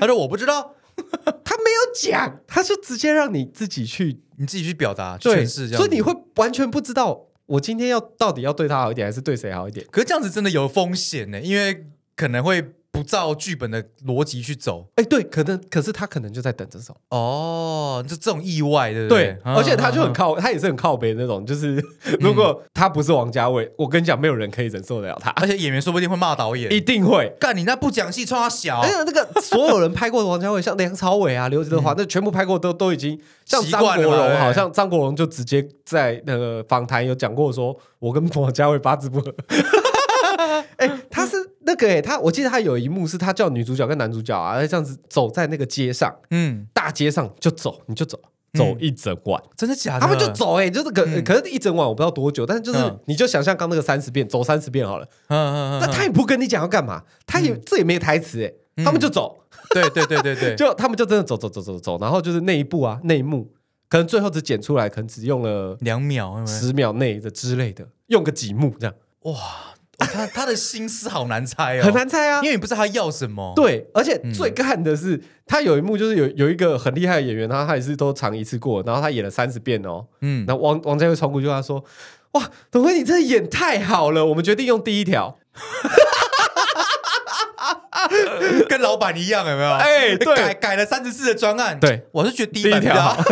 S2: 他说我不知道，
S1: 他没有讲，他就直接让你自己去
S2: 你自己去表达去
S1: 对，
S2: 诠释这样子。
S1: 所以你会完全不知道我今天要到底要对他好一点，还是对谁好一点。
S2: 可是这样子真的有风险呢，因为可能会不照剧本的逻辑去走。
S1: 哎，对，可能可是他可能就在等这种，
S2: 哦，就这种意外，对不
S1: 对，啊
S2: 嗯
S1: 而且他就很
S2: 嗯
S1: 靠，他也是很靠北的那种，就是如果他不是王家卫，我跟你讲，没有人可以忍受得了他
S2: 嗯，而且演员说不定会骂导演
S1: 一。嗯定会。
S2: 干你那不讲戏，冲他小
S1: 而，且那个所有人拍过的王家卫，像梁朝伟 啊、刘德华，那全部拍过都都已经像
S2: 嗯习
S1: 张
S2: 惯
S1: 国
S2: 了哎嘛
S1: 荣，
S2: 对
S1: 好像张国荣就直接在那个访谈有讲过说，我跟王家卫八字不合。 哎、他是那个哎、他我记得他有一幕是他叫女主角跟男主角啊，这样子走在那个街上，
S2: 嗯，
S1: 大街上就走，你就走，走一整晚，
S2: 真的假的？
S1: 他们就走哎、就是可、
S2: 啊嗯
S1: 可是一整晚我不知道多久，但是就是、
S2: 嗯
S1: 你就想象刚那个三十遍，走三十遍好了，
S2: 嗯，嗯嗯嗯，嗯
S1: 那他也不跟你讲要干嘛，他也、这也没台词哎、他们就走，
S2: 对对对对对，
S1: 就他们就真的走走走走走，然后就是那一步啊那一幕，可能最后只剪出来，可能只用了
S2: 嗯两秒，有没有
S1: 十秒内的之类的，用个几幕这样。
S2: 哇，哦他他的心思好难猜哦，
S1: 很难猜啊
S2: 因。为你嗯不知道他要什么。，
S1: 对，而且最干的是，他有一幕就是有有一个很厉害的演员，他他也是都尝一次过，然后他演了三十遍哦。
S2: 嗯，
S1: 然后王王家卫冲过去跟他说：“哇，董辉，你真的演太好了，我们决定用第一条。
S2: 跟老板一样，有没有？
S1: 哎对
S2: 改改了三十四的专案，
S1: 对，
S2: 我是觉得第
S1: 第
S2: 一
S1: 一
S2: 版比较
S1: 条
S2: 好。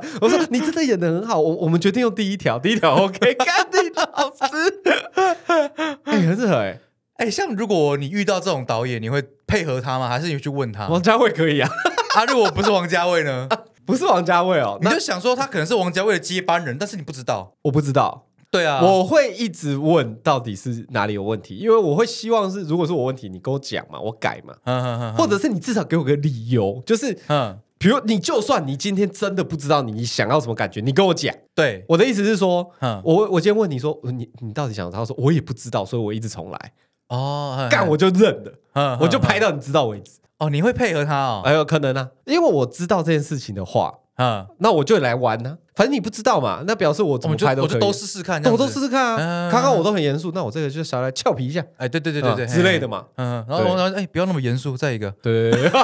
S1: 我说：“你真的演的很好，我我们决定用第一条，第一条 OK。”干你老 师，哎、很扯哎、
S2: 哎，像如果你遇到这种导演，你会配合他吗？还是你去问他？
S1: 王家卫可以啊，
S2: 啊，如果不是王家卫 呢？
S1: 不是王家卫哦，
S2: 你
S1: 那
S2: 就想说他可能是王家卫的接班人，但是你不知道。
S1: 我不知道。
S2: 对啊，
S1: 我会一直问到底是哪里有问题，因为我会希望是，如果是我问题，你跟我讲嘛，我改嘛，
S2: 嗯嗯嗯，
S1: 或者是你至少给我个理由，就是
S2: 嗯，
S1: 比如你就算你今天真的不知道你想要什么感觉，你跟我讲。
S2: 对，
S1: 我的意思是说，
S2: 嗯，
S1: 我我今天问你说你你到底想要什么，他说我也不知道，所以我一直重来，
S2: 哦，
S1: 干
S2: 我，
S1: 我就认了，
S2: 嗯
S1: 我就拍
S2: 到。
S1: 到你知道为止。
S2: 哦，你会配合他哦，
S1: 哎有可能啊，因为我知道这件事情的话，
S2: 嗯，
S1: 那我就来玩呢、啊。反正你不知道嘛，那表示我
S2: 我
S1: 怎么
S2: 们就
S1: 拍
S2: 我
S1: 可
S2: 就
S1: 以。
S2: 都试试看，这
S1: 我
S2: 样
S1: 都
S2: 子
S1: 试。试看啊，
S2: 嗯
S1: 刚刚我都很严肃，那我这个就稍微来俏皮一下，
S2: 哎，对对对对对
S1: 啊之类
S2: 的。
S1: 的嘛。
S2: 嗯，然后
S1: 对
S2: 然后哎、不要那么严肃。再一个，
S1: 对，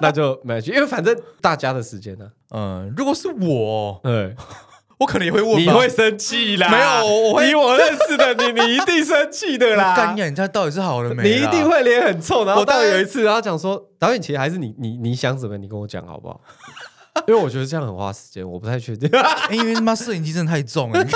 S1: 那就没去，因为反正大家的时间啊呢、
S2: 嗯，如果是我，
S1: 对，
S2: 我可能也会问吧，
S1: 你会生气啦？
S2: 没有我我会
S1: 以我认识的你，你一定生气的
S2: 我 干
S1: 啦。
S2: 你啊，你这样到底是好了没？
S1: 你一定。会脸很臭，然后
S2: 我当
S1: 到
S2: 然
S1: 有一次，然后讲说，导演其实还是你，你你想怎么，你跟我讲好不 好？因为我觉得这样很花时间，我不太确定。
S2: 哎因为他妈摄影机真的太重了，你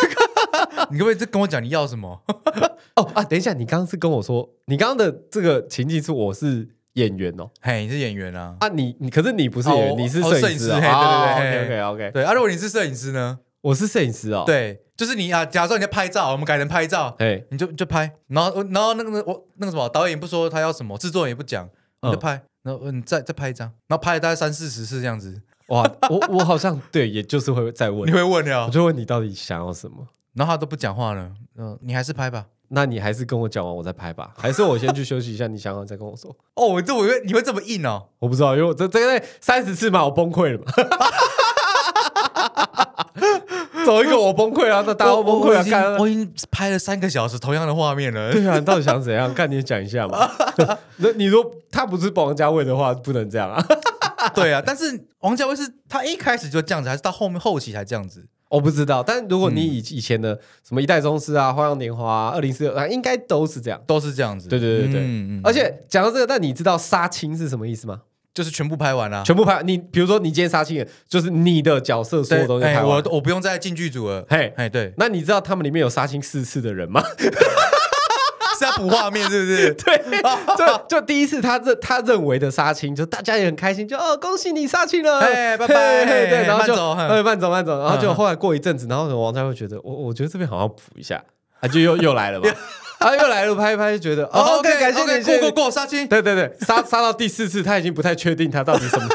S2: 你可不可以再跟我讲你要什么？
S1: 哦啊，等一下，你刚刚是跟我说，你刚刚的这个情境是我是演员哦，
S2: 嘿，你是演员啊？
S1: 啊你你可是你不是演员，
S2: 哦
S1: 你是
S2: 哦
S1: 摄
S2: 摄
S1: 影
S2: 影
S1: 师
S2: 师
S1: 哦、
S2: 嘿对对对
S1: ，OK OK OK，
S2: 对啊，如果你是摄影师呢？
S1: 我是摄影师哦，，
S2: 对，就是你啊，假如说你在拍照，我们改成拍照，
S1: 哎、
S2: 你就你就拍，然后然后那个我那个什么导演也不说他要什么，制作人也不讲，你就
S1: 嗯
S2: 拍，然后嗯再再拍一张，然后拍了大概三四十次这样子，
S1: 哇，我我好像 对，也就是会再问
S2: 你，会问
S1: 我
S2: 了，
S1: 就问你到底想要什么。
S2: 然后他都不讲话了，嗯、你还是拍吧。
S1: 那你还是跟我讲完我再拍 吧，还是我先去休息一下？你想好再跟我说。
S2: 哦，我这我会你会这么硬哦？
S1: 我不知道，因为我这这个三十次嘛，我崩溃了 嘛。走一个我崩溃啊，那大家都崩溃
S2: 我
S1: 啊，
S2: 已经我
S1: 干
S2: 已经拍了三个小时同样的画面 了。
S1: 对啊，你到底想怎样？看你讲一下嘛。 那你说他不是王家卫的话，不能这样啊。
S2: 对啊，但是王家卫是他一开始就这样子，还是到后面后期才这样子？
S1: 我哦不知道，但如果你
S2: 嗯
S1: 以以前的什么一代宗师啊、花样年华啊、二零四六啊，应该都是这样。
S2: 都是这样子。
S1: 对对对对
S2: 嗯
S1: 而且讲到这个，但你知道杀青是什么意思吗？
S2: 就是全部拍完啊了、
S1: 全部拍你，比如说你今天杀青了，就是你的角色所
S2: 对
S1: 有东西
S2: 哎
S1: 拍
S2: 我
S1: 完。
S2: 我不用再进剧组了。
S1: 嘿，，
S2: 哎，对
S1: 那你知道他们里面有杀青四次的人吗？
S2: 是要补画面是不 是？
S1: 对，就就第一次他认他认为的杀青，就大家也很开心，就哦恭喜你杀青了，
S2: 哎拜拜
S1: 嘿嘿对，
S2: 嘿
S1: 然后就
S2: 慢走嘿
S1: 呃慢走慢走，然后就
S2: 嗯
S1: 后来过一阵子，然后王家卫觉得我我觉得这边好像补一 下，啊就又又来了嘛， 啊又来了拍一拍就觉得哦 OK 感谢你
S2: OK，
S1: 谢谢
S2: 过
S1: 你，
S2: 过过杀青。
S1: 对对对，杀杀到第四次他已经不太确定他到底什 么。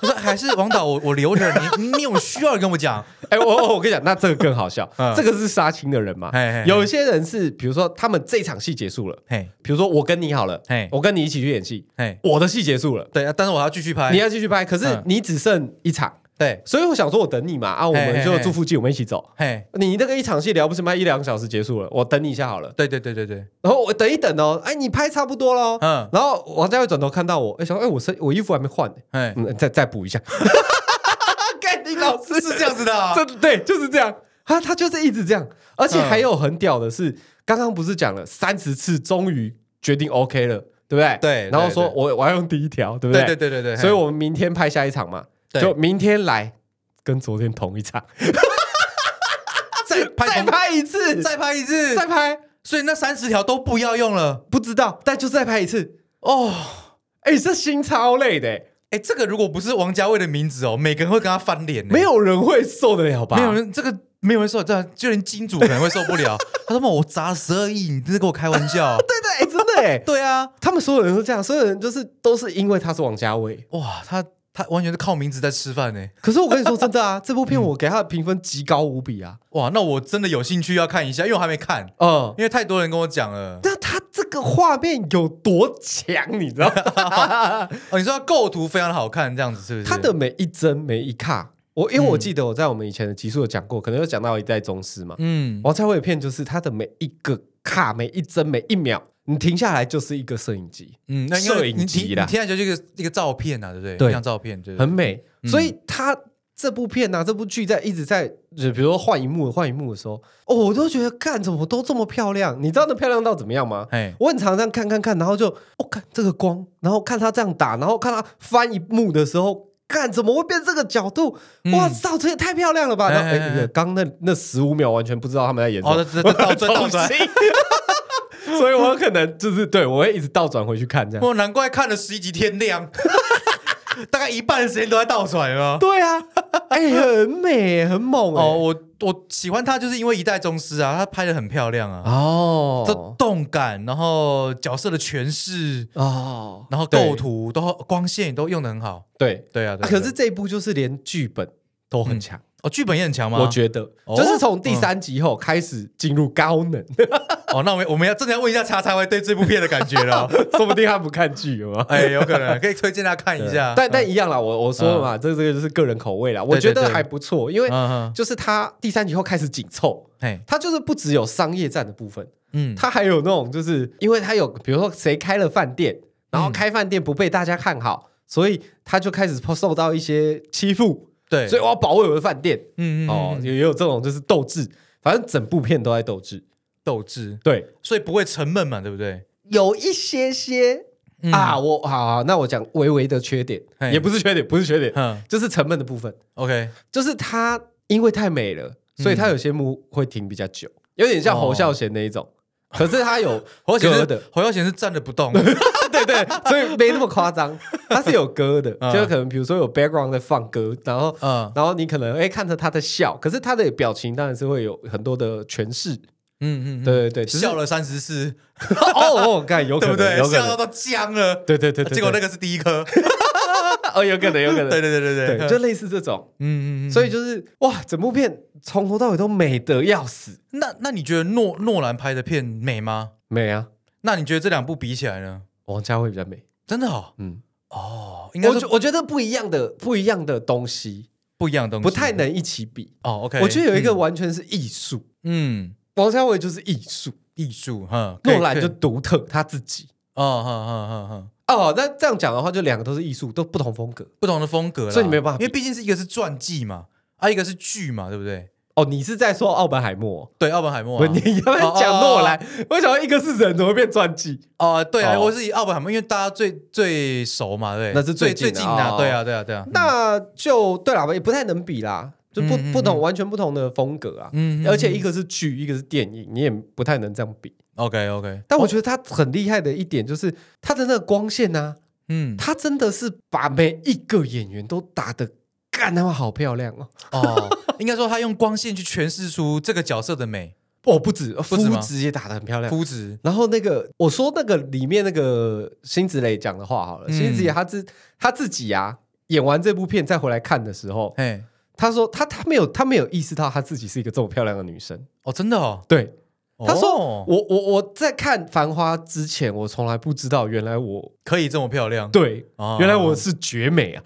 S2: 我说还是王导，我我留着你，你有需要跟我讲。
S1: 哎、我我我跟你讲，那这个更好笑，
S2: 嗯
S1: 这个是杀青的人嘛
S2: 嘿嘿嘿。
S1: 有一些人是，比如说他们这场戏结束了，
S2: 嘿，
S1: 比如说我跟你好了
S2: 嘿，
S1: 我跟你一起去演戏，
S2: 嘿，
S1: 我的戏结束了，
S2: 对啊，但是我还要继续拍
S1: 你。要继续拍，可是
S2: 嗯
S1: 你只剩一场，
S2: 对，
S1: 所以我想说我等你嘛，啊，我
S2: 嘿
S1: 们
S2: 嘿
S1: 就
S2: 嘿
S1: 住附近，我们一起走。
S2: 嘿，
S1: 你那个一场戏聊不是卖一两个小时结束了，我等你一下好了，
S2: 对对对对对，
S1: 然后我等一等哦，哎，你拍差不多喽，
S2: 嗯
S1: 然后王家卫转头看到我，哎，想说，哎，我身我衣服还没换呢，
S2: 哎，
S1: 嗯，再再补一 下，盖你老师
S2: 是是这样子的啊。
S1: 这对就是这样，啊他他就是一直这样，而且还有很屌的是，刚刚不是讲了三十次，终于决定 OK 了，对不对？
S2: 对
S1: 然后说
S2: 对
S1: 我我要用第一条，对不
S2: 对对对对对，
S1: 所以我们明天拍下一场嘛，
S2: 对
S1: 就明天来跟昨天同一场，
S2: 再
S1: 再
S2: 拍
S1: 拍一次，
S2: 再拍一次，
S1: 再拍，
S2: 所以那三十条都不要用了
S1: 不知道，但就再拍一次。
S2: 哦。
S1: 哎，这心超累的，欸
S2: 哎，这个如果不是王家卫的名字哦，每个人会跟他翻脸呢。
S1: 没有人会受得了吧？
S2: 没有人这个没有人受得了，就连金主可能会受不了。他说：“妈我砸了十二亿，你真的跟我开玩笑，
S1: 对对，哎 真的哎？”
S2: 对啊，
S1: 他们所有人都这样，所有人就是都是因为他是王家卫。
S2: 哇，他他完全是靠名字在吃饭呢。
S1: 可是我跟你说真的 啊，这部片我给他的评分极高无比啊。
S2: 哇，那我真的有兴趣要看一下，因为我还没看，
S1: 嗯，
S2: 因为太多人跟我讲了。
S1: 那他这个画面有多强，你知 道吗？
S2: 哦，你说他构图非常好看，这样子是不是？
S1: 他的每一帧每一卡，我因为我
S2: 嗯
S1: 记得我在我们以前的集数有讲过，可能有讲到一代宗师嘛。
S2: 嗯，
S1: 王家卫的片就是他的每一个卡每一帧每一秒，你停下来就是一个摄影机，
S2: 嗯，那因
S1: 摄
S2: 为
S1: 影
S2: 你
S1: 集
S2: 听你
S1: 啦
S2: 听起来就是一个一个照片啊，对不对？
S1: 对
S2: 一张照片，对，对嗯
S1: 很美。所以他这部片啊，这部剧在一直在，就比如说换一幕换一幕的时候，哦，我都觉得干怎么都这么漂亮？你知道那漂亮到怎么样吗？
S2: 哎，
S1: 我很常这样看看看，然后就哦，看这个光，然后看他这样打，然后看他翻一幕的时候，干怎么会变这个角度？哇操，这也太漂亮了吧！
S2: 嗯哎
S1: 然后
S2: 哎哎
S1: 哎，那个刚那那十五秒完全不知道他们在演什
S2: 哦，
S1: 么，
S2: 这这这倒转倒转，
S1: 所以我可能就是对我会一直倒转回去看这样。
S2: 哦，难怪看了十一集天亮， 大概一半的时间都在倒转啊。
S1: 对啊，哎，很美，很猛
S2: 哦，
S1: 哦
S2: 我我喜欢他就是因为一代宗师啊，他拍的很漂亮啊，
S1: 哦
S2: 这动感，然后角色的诠释，
S1: 哦，
S2: 然后构图都光线都用的很好。
S1: 对。
S2: 对啊，
S1: 啊
S2: 对啊
S1: 可
S2: 对
S1: 是
S2: 啊
S1: 这一部就是连剧本都很强，
S2: 哦，剧本也很强吗？
S1: 我觉得、
S2: 哦
S1: 就是从第三集后开始进入高能，
S2: 哦，那我们我们要真的要问一下叉叉 Y 对这部片的感觉 了。
S1: 说不定他不看剧 有吗？嗯
S2: 哎，有可能可以推荐他看一下。
S1: 但但一样啦，我我说了嘛，这这个就是个人口味啦，我
S2: 对对
S1: 觉得
S2: 对
S1: 还不错，因为
S2: 嗯嗯，
S1: 就是他第三集后开始紧凑，
S2: 哎，
S1: 他就是不只有商业战的部分，
S2: 嗯，
S1: 他还有那种就是因为他有比如说谁开了饭店，然后开饭店不被大家看好，所以他就开始受到一些欺负，
S2: 对，
S1: 所以我要保卫我的饭店，
S2: 嗯嗯嗯
S1: 哦，
S2: 嗯
S1: 也也有这种就是斗志，反正整部片都在斗志。
S2: 斗志，
S1: 对，
S2: 所以不会沉闷嘛，对不对？
S1: 有一些些、
S2: 嗯
S1: 啊，，我好好，那我讲微微的缺点
S2: 嘿，
S1: 也不是缺点，不是缺点，
S2: 嗯
S1: 就是沉闷的部分，
S2: ，OK，
S1: 就是它因为太美了，所以
S2: 嗯
S1: 它有些幕会停比较久，有点像侯孝贤那一种。
S2: 哦
S1: 可是它有
S2: 侯孝
S1: 歌
S2: 贤
S1: 的
S2: 是，侯孝贤是站着 不动，
S1: 对对，所以没那么夸张，它是有歌的，
S2: 嗯
S1: 就是可能比如说有 background 在放歌，然后
S2: 嗯
S1: 然后你可能哎看着他的笑，可是他的表情当然是会有很多的诠释，
S2: 嗯嗯，嗯，
S1: 对对对，只是
S2: 笑了三十四，
S1: 哦哦，看有可
S2: 对不
S1: 能，
S2: 对？
S1: 有可
S2: 笑到
S1: 能，
S2: 都僵了，
S1: 对对对对，
S2: 结果那
S1: 个
S2: 个是第一颗，
S1: 哦，有可能，有可能，
S2: 对对对对
S1: 对，就类似这种，
S2: 嗯嗯嗯。
S1: 所以就是哇，整部片从头到尾都美得要死，
S2: 那那你觉得诺诺兰拍的片美吗？
S1: 美啊，
S2: 那你觉得这两部比起来呢？
S1: 王家卫比较美，
S2: 真的哦，
S1: 嗯，
S2: 哦，应该
S1: 我
S2: 是
S1: 觉我觉得不一样的不一样的东西，
S2: 不一样的东西，
S1: 不太能一起比，
S2: 哦。OK，
S1: 我觉得有一个
S2: 嗯
S1: 完全是艺术，
S2: 嗯
S1: 王家卫就是艺术，
S2: 艺术哈，可以
S1: 诺兰
S2: 可以
S1: 就独特他自己。
S2: 哦哈哈哈哈，
S1: 哦，那这样讲的话，就两个都是艺术，都不同风格。
S2: 不同的风格啦，
S1: 所以你没有办法比
S2: 因为毕竟是一个是传记嘛，啊，一个是剧嘛，对不对？
S1: 哦，你是在说奥本海默哦、
S2: 对，奥本海默
S1: 不，
S2: 啊，
S1: 你 要不然讲诺兰，我想到一个是人，怎么会变传记？
S2: 哦，对啊，
S1: 哦
S2: 我是以奥本海默，因为大家最最熟嘛，对，
S1: 那是
S2: 最
S1: 最
S2: 最
S1: 近
S2: 近
S1: 的
S2: 啊，
S1: 哦
S2: 对啊，对啊，对啊，
S1: 那就对啦，也不太能比啦，就不
S2: 嗯嗯嗯
S1: 不同完全不同的风格啊。
S2: 嗯
S1: 而且一个是剧，一个是电影，你也不太能这样比。
S2: OK OK，
S1: 但我觉得他很厉害的一点就是他的那个光线啊，
S2: 嗯，
S1: 他真的是把每一个演员都打的干他妈好漂亮哦！
S2: 哦， 应该说他用光线去诠释出这个角色的美
S1: 哦，不止肤
S2: 止吗
S1: 质也打的很漂亮。
S2: 肤质，
S1: 然后那个我说那个里面那个辛芷蕾讲的话好了，
S2: 嗯
S1: 辛芷蕾她自她自己啊演完这部片再回来看的时候，
S2: 哎，
S1: 她说她她没有她没有意识到她自己是一个这么漂亮的女生。
S2: 哦，真的哦，
S1: 对，她说、
S2: 哦
S1: 我我我在看《繁花》之前，我从来不知道原来我
S2: 可以这么漂亮，
S1: 对、
S2: 哦
S1: 原来我是绝美啊。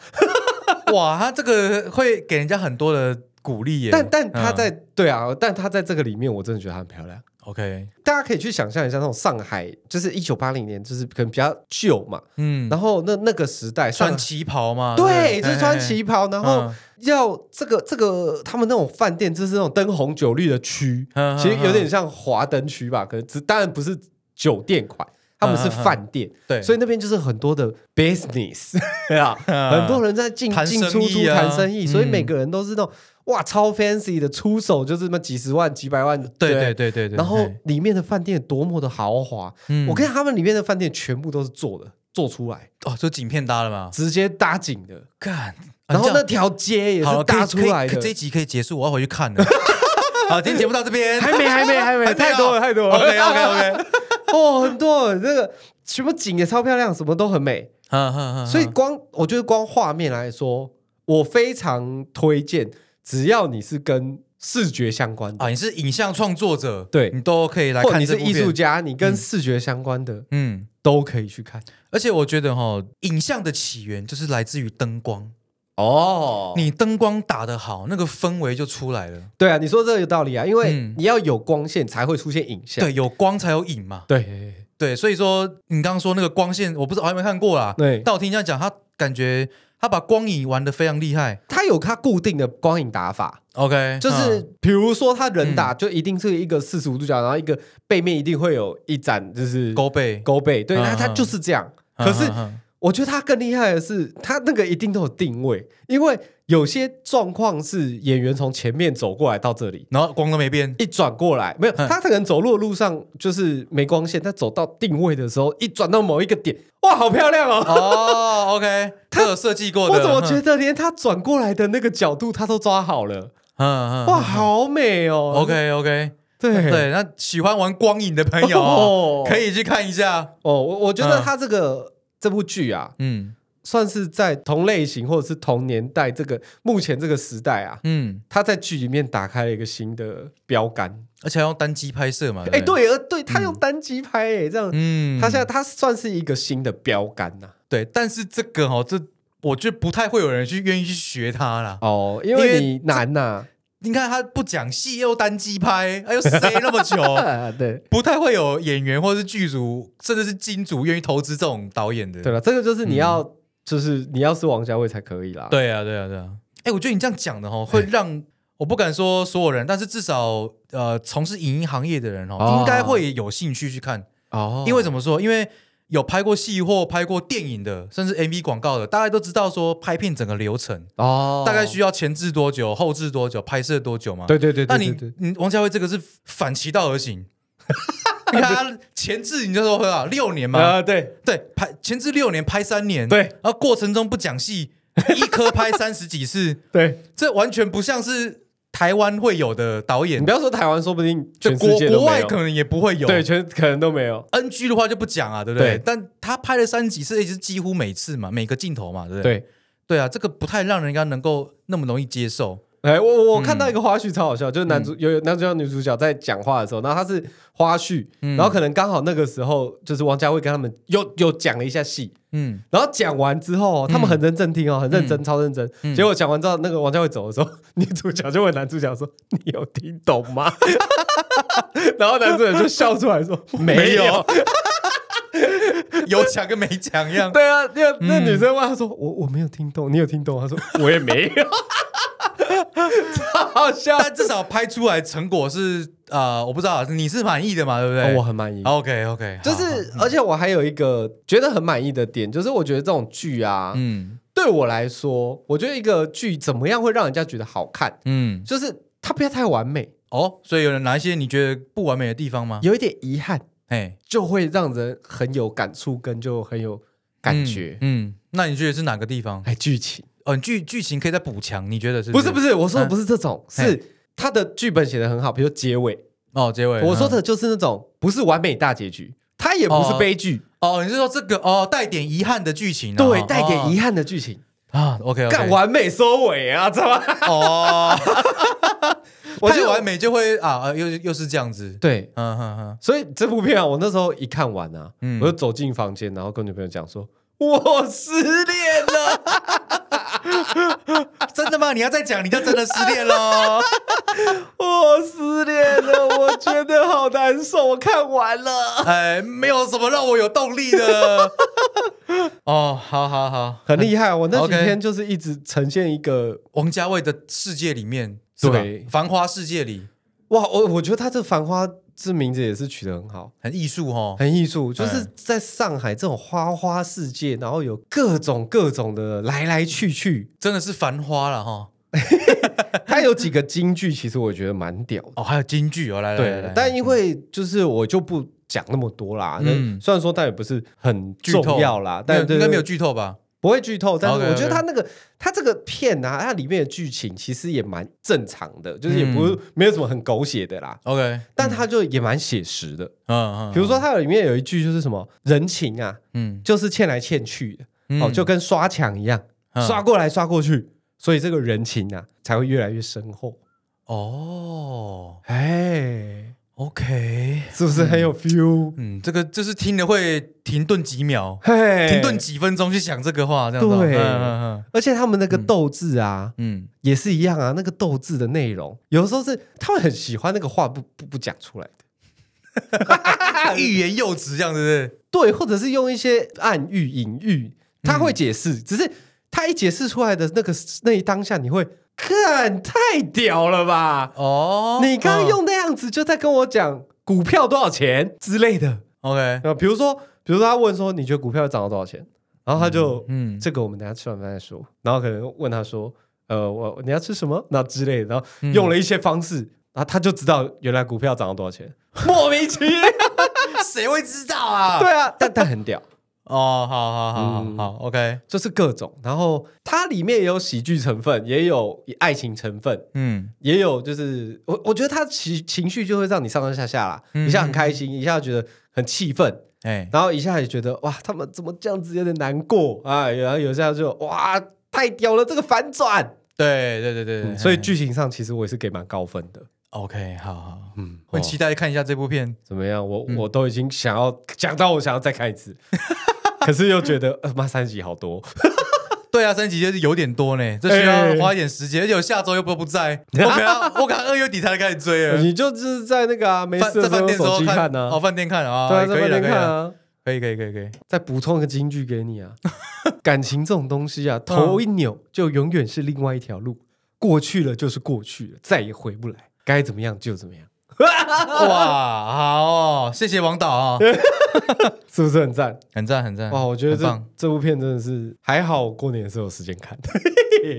S2: 哇，他这个会给人家很多的鼓励耶，
S1: 但但她
S2: 嗯
S1: 在、对啊，但她在这个里面，我真的觉得她很漂亮。
S2: OK，
S1: 大家可以去想象一下那种上海，就是一九八零年，就是可能比较旧嘛，
S2: 嗯，
S1: 然后那那个时代上海
S2: 穿旗袍嘛，
S1: 对，
S2: 不
S1: 就是穿
S2: 哦嘿嘿嗯
S1: 旗袍，然后要这个这个他们那种饭店，就是那种灯红酒绿的区
S2: 嗯嗯，
S1: 其实有点像华灯区吧，可能只当然不是酒店款。
S2: 嗯
S1: 他们是饭店，
S2: 对，
S1: 所以
S2: 以
S1: 那边就是很多的 business 啊，
S2: 嗯
S1: 很多人在进
S2: 谈
S1: 进
S2: 生
S1: 出出
S2: 意啊
S1: 谈生意，所以
S2: 嗯
S1: 每个人都是那种哇超 fancy 的，出手就是什么几十万、几百万，
S2: 对对对对对，
S1: 然后
S2: 嘿
S1: 里面的饭店多么的豪华，
S2: 嗯
S1: 我跟他们里面的饭店全部都是做的，做出来
S2: 哦，就景片搭了嘛，
S1: 直接搭景的，
S2: 干，
S1: 然后
S2: 啊这
S1: 那
S2: 样
S1: 条街也
S2: 好
S1: 是
S2: 了可以
S1: 搭出来
S2: 可以可以
S1: 的
S2: 这。一集可以结束，我要回去 看了。好，今天节目到这边，
S1: 还没，还没，还 没，太多了，太多了。
S2: OK OK OK，
S1: 哦，很多，这个全部景也超漂亮，什么都很美。
S2: 嗯嗯嗯，
S1: 所以光，我觉得光画面来说，我非常推荐，只要你是跟视觉相关的，
S2: 啊，你是影像创作者，
S1: 对
S2: 你都可以来
S1: 或者
S2: 看
S1: 你
S2: 这
S1: 是
S2: 部
S1: 艺术
S2: 片，
S1: 家，你跟视觉相关的
S2: 嗯。
S1: 都可以去看。
S2: 而且我觉得哈、影像的起源就是来自于灯光，
S1: 哦，
S2: 你灯光打得好，那个氛围就出来了。
S1: 对啊，你说这个有道理啊，因为
S2: 嗯
S1: 你要有光线才会出现影像。
S2: 对，有光才有影嘛。
S1: 对
S2: 对，所以说你刚刚说那个光线，我不知道我还没看过啦。
S1: 对
S2: 但我听人家讲，他感觉他把光影玩得非常厉害。
S1: 它有它固定的光影打法，
S2: OK，
S1: 就是
S2: 嗯
S1: 比如说它人打就一定是一个四十五度角，然后一个背面一定会有一盏就是
S2: 勾背。
S1: 勾背，对，
S2: 嗯
S1: 那它
S2: 嗯
S1: 就是这样。可是
S2: 嗯嗯
S1: 我觉得它更厉害的是，它那个一定都有定位，因为有些状况是演员从前面走过来到这里。
S2: 然后光都没变，
S1: 一转过来，没有，
S2: 嗯
S1: 他可能走路的路上就是没光线，他走到定位的时候，一转到某一个点，哇，好漂亮哦！
S2: 哦，OK，他有设计过的。
S1: 我怎么觉
S2: 得？
S1: 得连他转过来的那个角度他都抓好了？
S2: 嗯
S1: 哇，好美哦
S2: ，OK OK，
S1: 对
S2: 对，那喜欢玩光影的朋 友
S1: 哦
S2: 哦可以去看一下。
S1: 哦，我我觉得
S2: 嗯
S1: 他这个、这部剧啊，
S2: 嗯
S1: 算是在同类型或者是同年代这个目前这个时代啊，
S2: 嗯，
S1: 他在剧里面打开了一个新的标杆。
S2: 而且还用单机拍摄嘛。
S1: 哎、
S2: 不，
S1: 对，呃，对他用单机拍、哎、这样，
S2: 嗯
S1: 他现在他算是一个新的标杆啊呐、
S2: 对，但是这个哦，这我觉得不太会有人去愿意去学他啦。
S1: 哦，因
S2: 因
S1: 为
S2: 为
S1: 你难啊呐、
S2: 你看他不讲戏又单机拍，哎呦塞那 么久，
S1: 啊，对。
S2: 不太会有演员或是剧组，甚至是金主愿意投资这种导演的。
S1: 对了，这个就是你要，就是你要是王家卫才可以啦。
S2: 嗯对啊，对啊，对啊。哎、我觉得你这样讲的哦，
S1: 哎
S2: 会让我不敢说所有人，但是至少呃，从事影音行业的人哦，
S1: 哦
S2: 应该会有兴趣去看。
S1: 哦
S2: 因为怎么说？因为有拍过戏或拍过电影的，甚至 MV 广告的，大家都知道说拍片整个流程，
S1: 哦，
S2: 大概需要前置多久、后置多久、拍摄多久嘛。
S1: 对对对
S2: 那
S1: 对对
S2: 你
S1: 对
S2: 你王家卫这个是反其道而行。你看他前置你就说啊六年嘛，
S1: 啊，对
S2: 对，拍前置六年拍三年，
S1: 对，
S2: 然后过程中不讲戏，一颗拍三十几次，
S1: 对，
S2: 这完全不像是台湾会有的导演
S1: 你不，要说台湾，说不定
S2: 就
S1: 全世
S2: 国
S1: 界都
S2: 国
S1: 没
S2: 外
S1: 有
S2: 可能也不会有。
S1: 对，全可能都没有。
S2: NG 的话就不讲啊，对不对？
S1: 对
S2: 但他拍了三十几次，也就是几乎每次嘛，每个镜头嘛，对不对？对
S1: 对，
S2: 对啊，这个不太让人家能够那么容易接受。
S1: 哎，我我看到一个花絮超好笑，就是男主有有男主角女主角在讲话的时候，然后他是花絮，然后可能刚好那个时候就是王家卫跟他们又又讲了一下戏，
S2: 嗯，
S1: 然后讲完之后，他们很认真听哦，很认真，超认真。结果讲完之后，那个王家卫走的时候， 女主角就问男主角说：“你有听懂吗？” 然后男主角就笑出来说：“没有。”，
S2: 有讲跟没讲一 样。
S1: 对啊，那个那女生问他说：“我我没有听懂，你有听懂？” 他说：“我也没有。”超好笑，
S2: 但至少拍出来成果是呃，我不知道你是满意的嘛，对不
S1: 哦
S2: 对？
S1: 我很满意。
S2: OK OK，
S1: 就是，而且我还有一个觉得很满意的点，就是我觉得这种剧啊，
S2: 嗯
S1: 对我来说，我觉得一个剧怎么样会让人家觉得好看，
S2: 嗯
S1: 就是它不要太完美，
S2: 哦，所以有哪一些你觉得不完美的地方吗？
S1: 有一点遗憾，
S2: 哎，
S1: 就会让人很有感触，跟就很有感觉。
S2: 嗯，嗯那你觉得是哪个地方？
S1: 哎，剧情
S2: 哦，你剧剧情可以再补强，你觉得是？
S1: 不是不
S2: 是
S1: 是，我说的
S2: 嗯
S1: 不是这种，是它的剧本写的很好，比如结尾，
S2: 哦，结尾
S1: 我说
S2: 嗯
S1: 的就是那种不是完美大结局，它也不是悲剧，
S2: 哦，你是说这个哦，带点遗憾的剧情啊，
S1: 对，
S2: 哦
S1: 带点遗憾的剧情，
S2: 啊 ，OK，
S1: 干完美收尾啊，知道吗？
S2: 哦，
S1: 我
S2: 太
S1: 就
S2: 完美就会啊，呃又又是这样子，
S1: 对，
S2: 嗯哼哼，
S1: 所以这部片啊，我那时候一看完啊，
S2: 嗯
S1: 我就走进房间，然后跟女朋友讲说。我失恋了，
S2: 啊真的吗？你要再讲，你就真的失恋喽。
S1: 我失恋了，我觉得好难受。我看完 了，
S2: 哎，没有什么让我有动力的。哦，好好好，
S1: 很厉害。我那几
S2: OK
S1: 天就是一直呈现一个
S2: 王家卫的世界里面，是吧
S1: 对？
S2: 繁花世界里
S1: 哇，我我觉得他这《繁花》这名字也是取得很好，
S2: 很艺术哦。
S1: 很艺术，就是在上海这种花花世界，然后有各种各种的来来去去。
S2: 真的是繁花了哈。
S1: 它有几个京剧，其实我觉得蛮屌的。
S2: 哦，还有京剧哦，来来来
S1: 对
S2: 来，，
S1: 但因为就是我就不讲那么多啦。嗯
S2: 嗯，
S1: 虽然说但也不是很
S2: 剧透
S1: 重要啦，
S2: 没有
S1: 但
S2: 应该没有
S1: 对
S2: 剧透吧？
S1: 不会剧透。但是
S2: OK，OK
S1: 我觉得它那个它这个片啊，它里面的剧情其实也蛮正常的，就是也
S2: 嗯
S1: 不是没有什么很狗血的啦。
S2: OK，
S1: 但它就也蛮写实的，
S2: 嗯嗯，
S1: 比如说它里面有一句就是什么人情啊，
S2: 嗯，
S1: 就是欠来欠去的。
S2: 嗯
S1: 哦，就跟刷墙一样，
S2: 嗯
S1: 刷过来刷过去，所以这个人情啊才会越来越深厚。
S2: 哦
S1: 哎，
S2: OK，
S1: 是不是很有 feel？
S2: 嗯，这个就是听了会停顿几秒，
S1: 嘿，
S2: 停顿几分钟去想这个话，这样子哦。
S1: 对
S2: 嗯嗯
S1: 而且他们那个斗志啊，
S2: 嗯
S1: 也是一样啊，那个斗志的内容，有时候是他们很喜欢那个话不不不讲出来的，
S2: 嗯，欲言又止这样子，对
S1: 对，或者是用一些暗喻、隐喻，他会解释，
S2: 嗯
S1: 只是他一解释出来的那个那一当下，你会看太屌了吧？
S2: 哦，
S1: 你刚刚
S2: 嗯
S1: 用那样子就在跟我讲股票多少钱之类的，
S2: 嗯 OK，
S1: 啊，比如说，比如说他问说你觉得股票涨了多少钱，然后他就
S2: 嗯，
S1: 这个我们等一下吃完饭再说。然后可能问他说，呃，我你要吃什么？那之类的，然后
S2: 嗯
S1: 用了一些方式，然后他就知道原来股票涨了多少钱， 莫名其妙。
S2: 谁会知道啊？
S1: 对，啊，但但很屌，
S2: 哦，好好好好
S1: 嗯
S2: 好，OK，
S1: 就是各种。然后它里面也有喜剧成分，也有爱情成分。
S2: 嗯
S1: 也有就是我，我觉得他情情绪就会让你上上下下啦，
S2: 嗯
S1: 一下很开心，一下觉得很气愤，
S2: 哎，
S1: 然后一下也觉得哇，他们怎么这样子有点难过啊，然后有一下就哇太屌了，这个反转，
S2: 对对对对对，
S1: 所以
S2: 嘿
S1: 剧情上其实我也是给蛮高分的，
S2: 嗯 OK，好好，
S1: 嗯，
S2: 会
S1: 哦
S2: 嗯期待看一下这部片。
S1: 怎么样？我我都已经想要讲到我想要再看一 次，可是又觉得呃妈三集好多，
S2: 对啊，三集就是有点多呢，这需要
S1: 哎
S2: 花一点时间，而且我下周又不不 在，我可能要我可能二月底才能开始追了。
S1: 你就只是在那个啊没
S2: 饭
S1: 事的时
S2: 在啊饭
S1: 候
S2: 店的时
S1: 手
S2: 候
S1: 机看
S2: 哦，
S1: 呢，
S2: 饭店看啊，
S1: 对啊，
S2: 哎
S1: 在
S2: 可以
S1: 饭店
S2: 了，可以
S1: 看
S2: 了，
S1: 啊。
S2: 可以可以可以可以，
S1: 再补充一个金句给你啊，感情这种东西
S2: 嗯
S1: 啊，头一扭就永远是另外一条路，过去了就是过去了，再也回不来，该怎么样就怎么样，
S2: 哇，好哦，谢谢王导啊，
S1: 是不是很赞？
S2: 很赞很赞
S1: 哇，我觉得
S2: 嗯很
S1: 这
S2: 棒。
S1: 这部片真的是还好，我过年的时候有时间 看。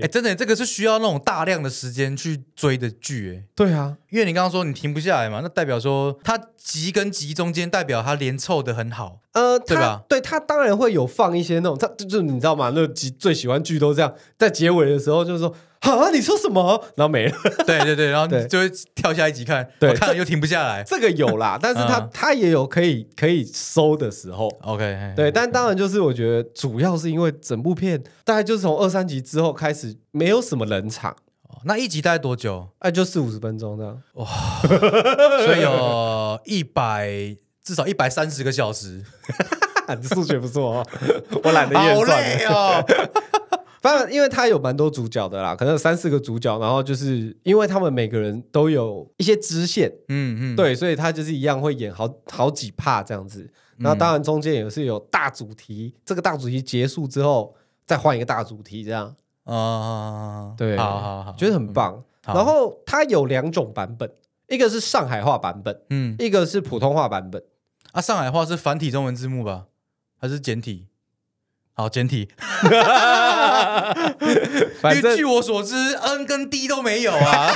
S2: 哎，真的，这个是需要那种大量的时间去追的剧，哎，
S1: 对啊，
S2: 因为你刚刚说你停不下来嘛，那代表说它集跟集中间代表它连凑的 很好，
S1: 呃，
S2: 对
S1: 他
S2: 吧？
S1: 对他当然会有放一些那种，他就就你知道吗？那集最喜欢剧都这样，在结尾的时候就是说啊，你说什么？然后没了。
S2: 对对对，然后你
S1: 对
S2: 就会跳下一集看，
S1: 对
S2: 我看了又停不下来。
S1: 这个有 啦，但是他
S2: 嗯
S1: 他也有可以可以收的时候。
S2: OK，嘿
S1: 对，但当然就是我觉得主要是因为整部片大概就是从二三集之后开始没有什么冷场，
S2: 哦那一集大概多久？
S1: 哎，就四五十分钟这样。
S2: 所以有一百至少一百三十个 小时，
S1: 你数学不错哦， 我懒得验
S2: 好
S1: 算了。
S2: 累哦。
S1: 反正因为他有蛮多主角的啦，可能有三四个主角，然后就是因为他们每个人都有一些支线，
S2: 嗯嗯，
S1: 对，所以他就是一样会演好好几帕这样子。
S2: 嗯
S1: 然后当然中间也是有大主题，这个大主题结束之后再换一个大主题，这样
S2: 啊，
S1: 对
S2: 好好好，嗯
S1: 觉得很棒。
S2: 好
S1: 然后它有两种版本，一个是上海话版本，
S2: 嗯
S1: 一个是普通话版本。
S2: 啊，上海话是繁体中文字幕吧，还是简体？好，简体。
S1: 反
S2: 因为
S1: 正
S2: 据我所知，N 跟 D 都没 有啊。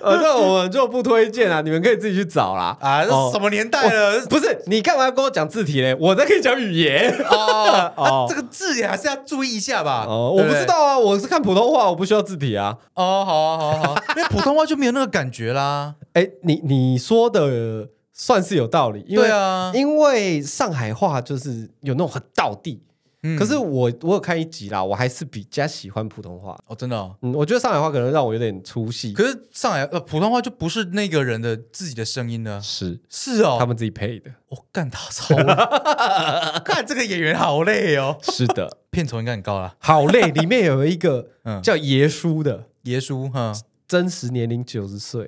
S1: 呃，那我们就不推荐啊啦，你们可以自己去找啦。
S2: 啊，这
S1: 哦
S2: 什么年代了？
S1: 不是你干嘛要跟我讲字体嘞？我在跟你讲语言。
S2: 哦，啊
S1: 哦
S2: 这个字也还是要注意一下吧。
S1: 哦，
S2: 对
S1: 我不
S2: 对
S1: 知。道啊，我是看普通话，我不需要字体啊。
S2: 哦，好啊好啊 好啊，因为普通话就没有那个感觉啦。
S1: 哎，你你说的算是有道理，因为
S2: 对啊
S1: 因为上海话就是有那种很道地。
S2: 嗯
S1: 可是我我有看一集啦，我还是比较喜欢普通话。
S2: 哦，真的哦。
S1: 嗯，我觉得上海话可能让我有点出戏。
S2: 可是上海呃普通话就不是那个人的自己的声音呢，
S1: 是
S2: 是哦，
S1: 他们自己配的，
S2: 我干他超累， 看这个演员好累哦，
S1: 是的，
S2: 片酬应该很高啦。
S1: 好 累。里面有一个
S2: 嗯
S1: 叫爷叔的，
S2: 耶稣哈，
S1: 真实年龄九十岁，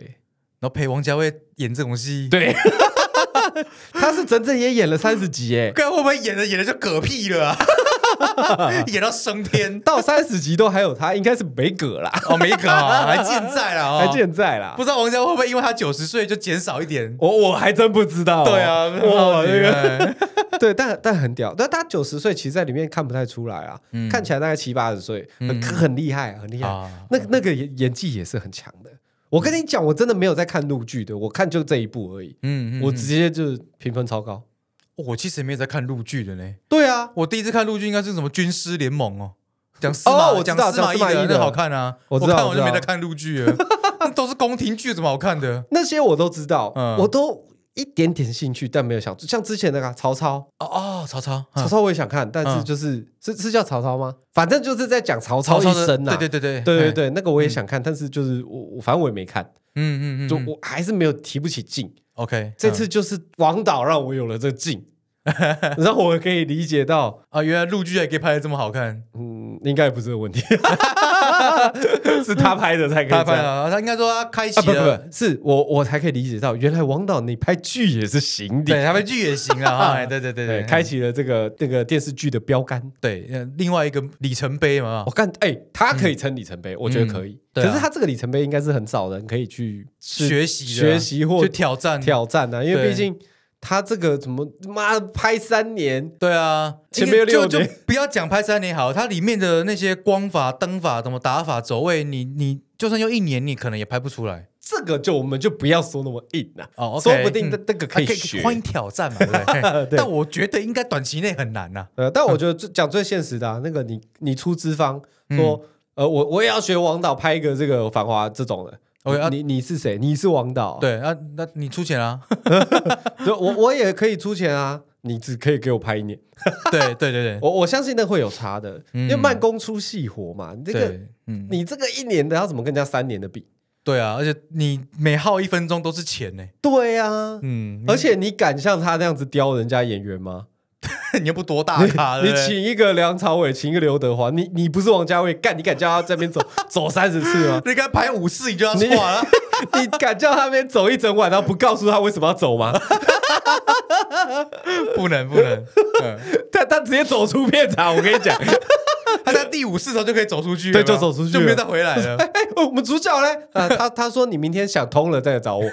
S2: 然后陪王家卫演这种戏，，
S1: 对，他是整整也演了三十集 哎，
S2: 看会不会演着演着就嗝屁了啊， 演到升天
S1: 到三十集都还有他，应该是没嗝啦，
S2: 哦，没搞啊 还健在啦，哦
S1: 还，健在啦
S2: 不。知道王家卫会不会因为他九十岁就减少一点？
S1: 我我还真不知道哦、
S2: 对啊，
S1: 哇，
S2: 这
S1: 这个
S2: 个
S1: 对，但但很屌，但他九十岁其实在里面看不太出来啊，
S2: 嗯
S1: 看起来大概七八十岁，
S2: 嗯
S1: 很很厉害，很厉害。
S2: 啊，
S1: 那那个演演技也是很强的。我跟你讲，我真的没有在看陆剧的，我看就这一部而已，
S2: 嗯，嗯
S1: 我
S2: 嗯
S1: 直接就是评分超高。
S2: 我其实也没有在看陆剧的呢，
S1: 对啊，
S2: 我第一次看陆剧应该是什么《军师联盟》哦，讲司马，
S1: 哦我知
S2: 讲
S1: 道
S2: 司马懿
S1: 讲司马
S2: 的
S1: 懿
S2: 那
S1: 的
S2: 好看啊，
S1: 我知道
S2: 看
S1: 我
S2: 完
S1: 知
S2: 就
S1: 道
S2: 没在看陆剧了， 那都是宫廷剧，怎么好 看的？
S1: 那些我都知道，
S2: 嗯
S1: 我都一点点兴趣，但没有想像之前那个啊曹操，
S2: 哦哦，曹操，嗯
S1: 曹操我也想看，但是就是、是是叫曹操吗？反正就是在讲曹操一
S2: 的
S1: 生呐、啊
S2: 对对对对
S1: 对对
S2: 嘿
S1: 对那个我也想看，但是就是我我反正我也没看，
S2: 嗯嗯嗯嗯，
S1: 就我还是没有提不起劲。
S2: OK，
S1: 这
S2: 嗯
S1: 次就是王导让我有了这 劲，然后我可以理解到，
S2: 啊，原来陆剧还可以拍的这么好看，
S1: 嗯，应该不是问 题，是他拍的才可以这
S2: 他
S1: 样
S2: 拍的啊，他应该说他开
S1: 啊，
S2: 启
S1: 不不
S2: 了，
S1: 不，是我我才可以理解到，原来王导你拍剧也是行
S2: 对，
S1: 的，
S2: 他拍剧也行 啊，哈哎对对对
S1: 对，
S2: 对，
S1: 开启了这个那个电视剧的标杆。
S2: 对呃另外一个里程碑嘛
S1: 我，看，哎，他可以称里程碑，我觉得可以。
S2: 嗯对
S1: 可
S2: 啊
S1: 是他这个里程碑应该是很少人可以去去
S2: 学习的啊
S1: 学习或
S2: 去挑战，
S1: 挑战啊的，因为
S2: 嗯对
S1: 毕竟他这个怎么妈的拍三年，
S2: 对啊，
S1: 前面有
S2: 就
S1: 六
S2: 就
S1: 年
S2: 不要讲拍三年好，它里面的那些光法、灯法、怎么打法、走位，你你就算用一年，你可能也拍不出来。
S1: 这个就我们就不要说那么硬了、
S2: 哦，OK，
S1: 说不定
S2: 嗯
S1: 这这个啊可以学。
S2: 欢迎挑战嘛，对不 对？
S1: 对
S2: 但我觉得应该短期内很难呐、啊
S1: 呃，但我觉得最讲最现实的、啊，那个你你出资方
S2: 嗯
S1: 说，呃，我我也要学王导拍一个这个《繁华》这种的。
S2: OK，啊
S1: 你你是谁？你是王导？，
S2: 对啊，那你出 钱啊？
S1: 对我我也可以出钱啊，你只可以给我拍一年。
S2: 对对对对，
S1: 我我相信那会有差的，
S2: 嗯
S1: 因为慢工出细活嘛。你这个
S2: 对，嗯，
S1: 你这个一年的要怎么跟人家三年的比？
S2: 对啊，而且你每耗一分钟都是钱 呢、
S1: 对啊，
S2: 嗯，
S1: 而且你敢像他那样子刁人家演员吗？
S2: 你又不多大咖，
S1: 你
S2: 对不对
S1: 请一个梁朝伟，请一个刘德华，你你不是王家卫，干你敢叫他这边走 走三十次吗？
S2: 你该排五次，你就要
S1: 你
S2: 错了。
S1: 你敢叫他那边走一整晚，然后不告诉他为什么要走吗？
S2: 不能不能， 嗯
S1: 他他直接走出片场，我跟你 讲，
S2: 他在第五次的时候就可以走出去了
S1: 对
S2: 有没有
S1: 就走出去了
S2: 就没有再回来了
S1: 哎。哎，我们主角嘞，啊，他他说你明天想通了再来找 我，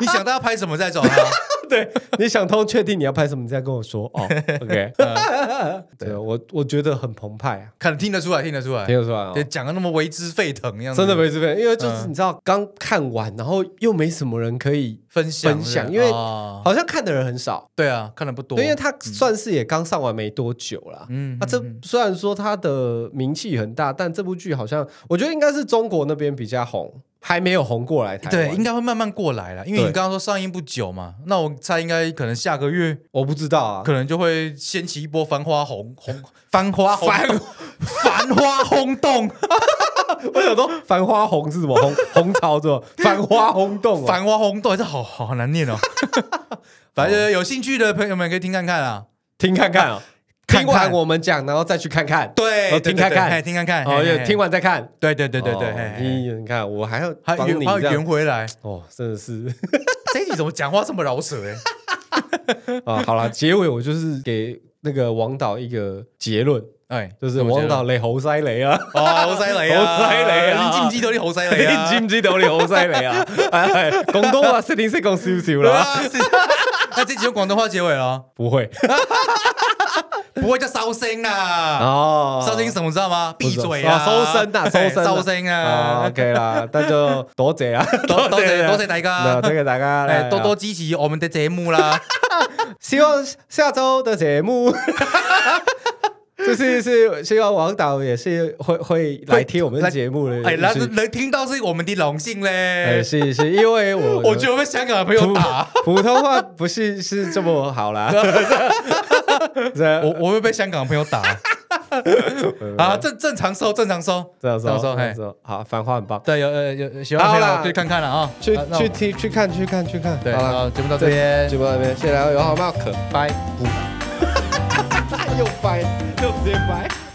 S2: 你想到要拍什么再找 啊他？
S1: 对，你想通确定你要拍什么，你再跟我说 哦。OK，对
S2: 啊
S1: 我我觉得很澎湃啊，
S2: 看听得出来，听得出来
S1: 听，得出来哦
S2: 对，讲的那么为之沸腾样子，
S1: 真的没这边，因为就是
S2: 嗯
S1: 你知道刚看完，然后又没什么人可以，
S2: 分享
S1: 分享
S2: 是不是
S1: 因为
S2: 哦
S1: 好像看的人很少。
S2: 对啊，看的不多，
S1: 对，因为他算是也刚上完没多久啦。
S2: 嗯
S1: 那、这
S2: 嗯嗯
S1: 虽然说他的名气很大，但这部剧好像我觉得应该是中国那边比较红，还没有红过来台湾。
S2: 对应该会慢慢过来了，因为
S1: 对
S2: 你刚刚说上映不久嘛，那我猜应该可能下个月
S1: 我不知道啊
S2: 可。能就会掀起一波繁花红 红繁花红
S1: 繁
S2: 繁花 轰动
S1: 我想说，繁花红是什么？红 红潮是吧？繁花轰动、哦。
S2: 繁花轰动，这好好好难念 哦。反正有兴趣的朋友们可以听看看啊，
S1: 听看看啊，
S2: 看看
S1: 听完我们讲，然后再去看看。
S2: 对，
S1: 哦
S2: 对
S1: 听看
S2: 对对
S1: 看
S2: 嘿听看看，
S1: 哦，
S2: 嘿
S1: 也听，完再看。
S2: 嘿对对对对对，
S1: 哦
S2: 嘿嘿
S1: 你你看，我还要
S2: 还
S1: 帮
S2: 圆
S1: 你
S2: 还
S1: 这
S2: 圆
S1: 样。
S2: 回来，
S1: 哦，真的是
S2: 这一集怎么讲话这么饶舌哎？
S1: 啊。好啦，结尾我就是给那个王导一个结论，
S2: 哎，
S1: 就是王导雷猴塞雷啊。
S2: 哦，猴仔雷啊，
S1: 猴仔雷啊
S2: 你记唔记得你猴仔
S1: 你
S2: 雷啊？
S1: 知唔知道你好犀利 啊？哎哎廣東話識定識講少少
S2: 对
S1: 啦，
S2: 啊，是那这集用广东话结尾了，
S1: 不會
S2: 不会叫烧声啦。
S1: 哦
S2: 烧声什么知道吗？闭嘴
S1: 啊，
S2: 啊！
S1: 收身啊，收
S2: 嘿
S1: 身啊，
S2: 收声
S1: 哦
S2: 啊！
S1: ，OK 啦，那就多謝啊，
S2: 多多謝多謝
S1: 謝
S2: 大
S1: 那
S2: 家，
S1: 多謝大 家，
S2: 哎，
S1: 來
S2: 多多，支持我們的節目啦。
S1: 希望下周的節目。 就是是希望王導也是會會來聽我們的節目的，
S2: 哎，那
S1: 是
S2: 能聽到是我們的榮幸
S1: 哎
S2: 嘞。
S1: 是是因為我
S2: 我觉得被香港的朋友打，
S1: 普普通話不是是這麼好啦，
S2: 我
S1: 我
S2: 我会被香港的朋友打 啊！正正常收，正常收，
S1: 这样
S2: 这
S1: 说，
S2: 样说
S1: 这
S2: 嘿
S1: 样说，好，繁花很棒，
S2: 对，有呃有有喜欢的
S1: 好
S2: 朋
S1: 啦
S2: 友去看看了啊。
S1: 去
S2: 啊那我
S1: 去听去看去看去看，
S2: 对，
S1: 好
S2: 好，
S1: 了，
S2: 节目到这边
S1: 节。目到这 边，谢谢大家，有好 mark，拜，不又掰，又直接掰。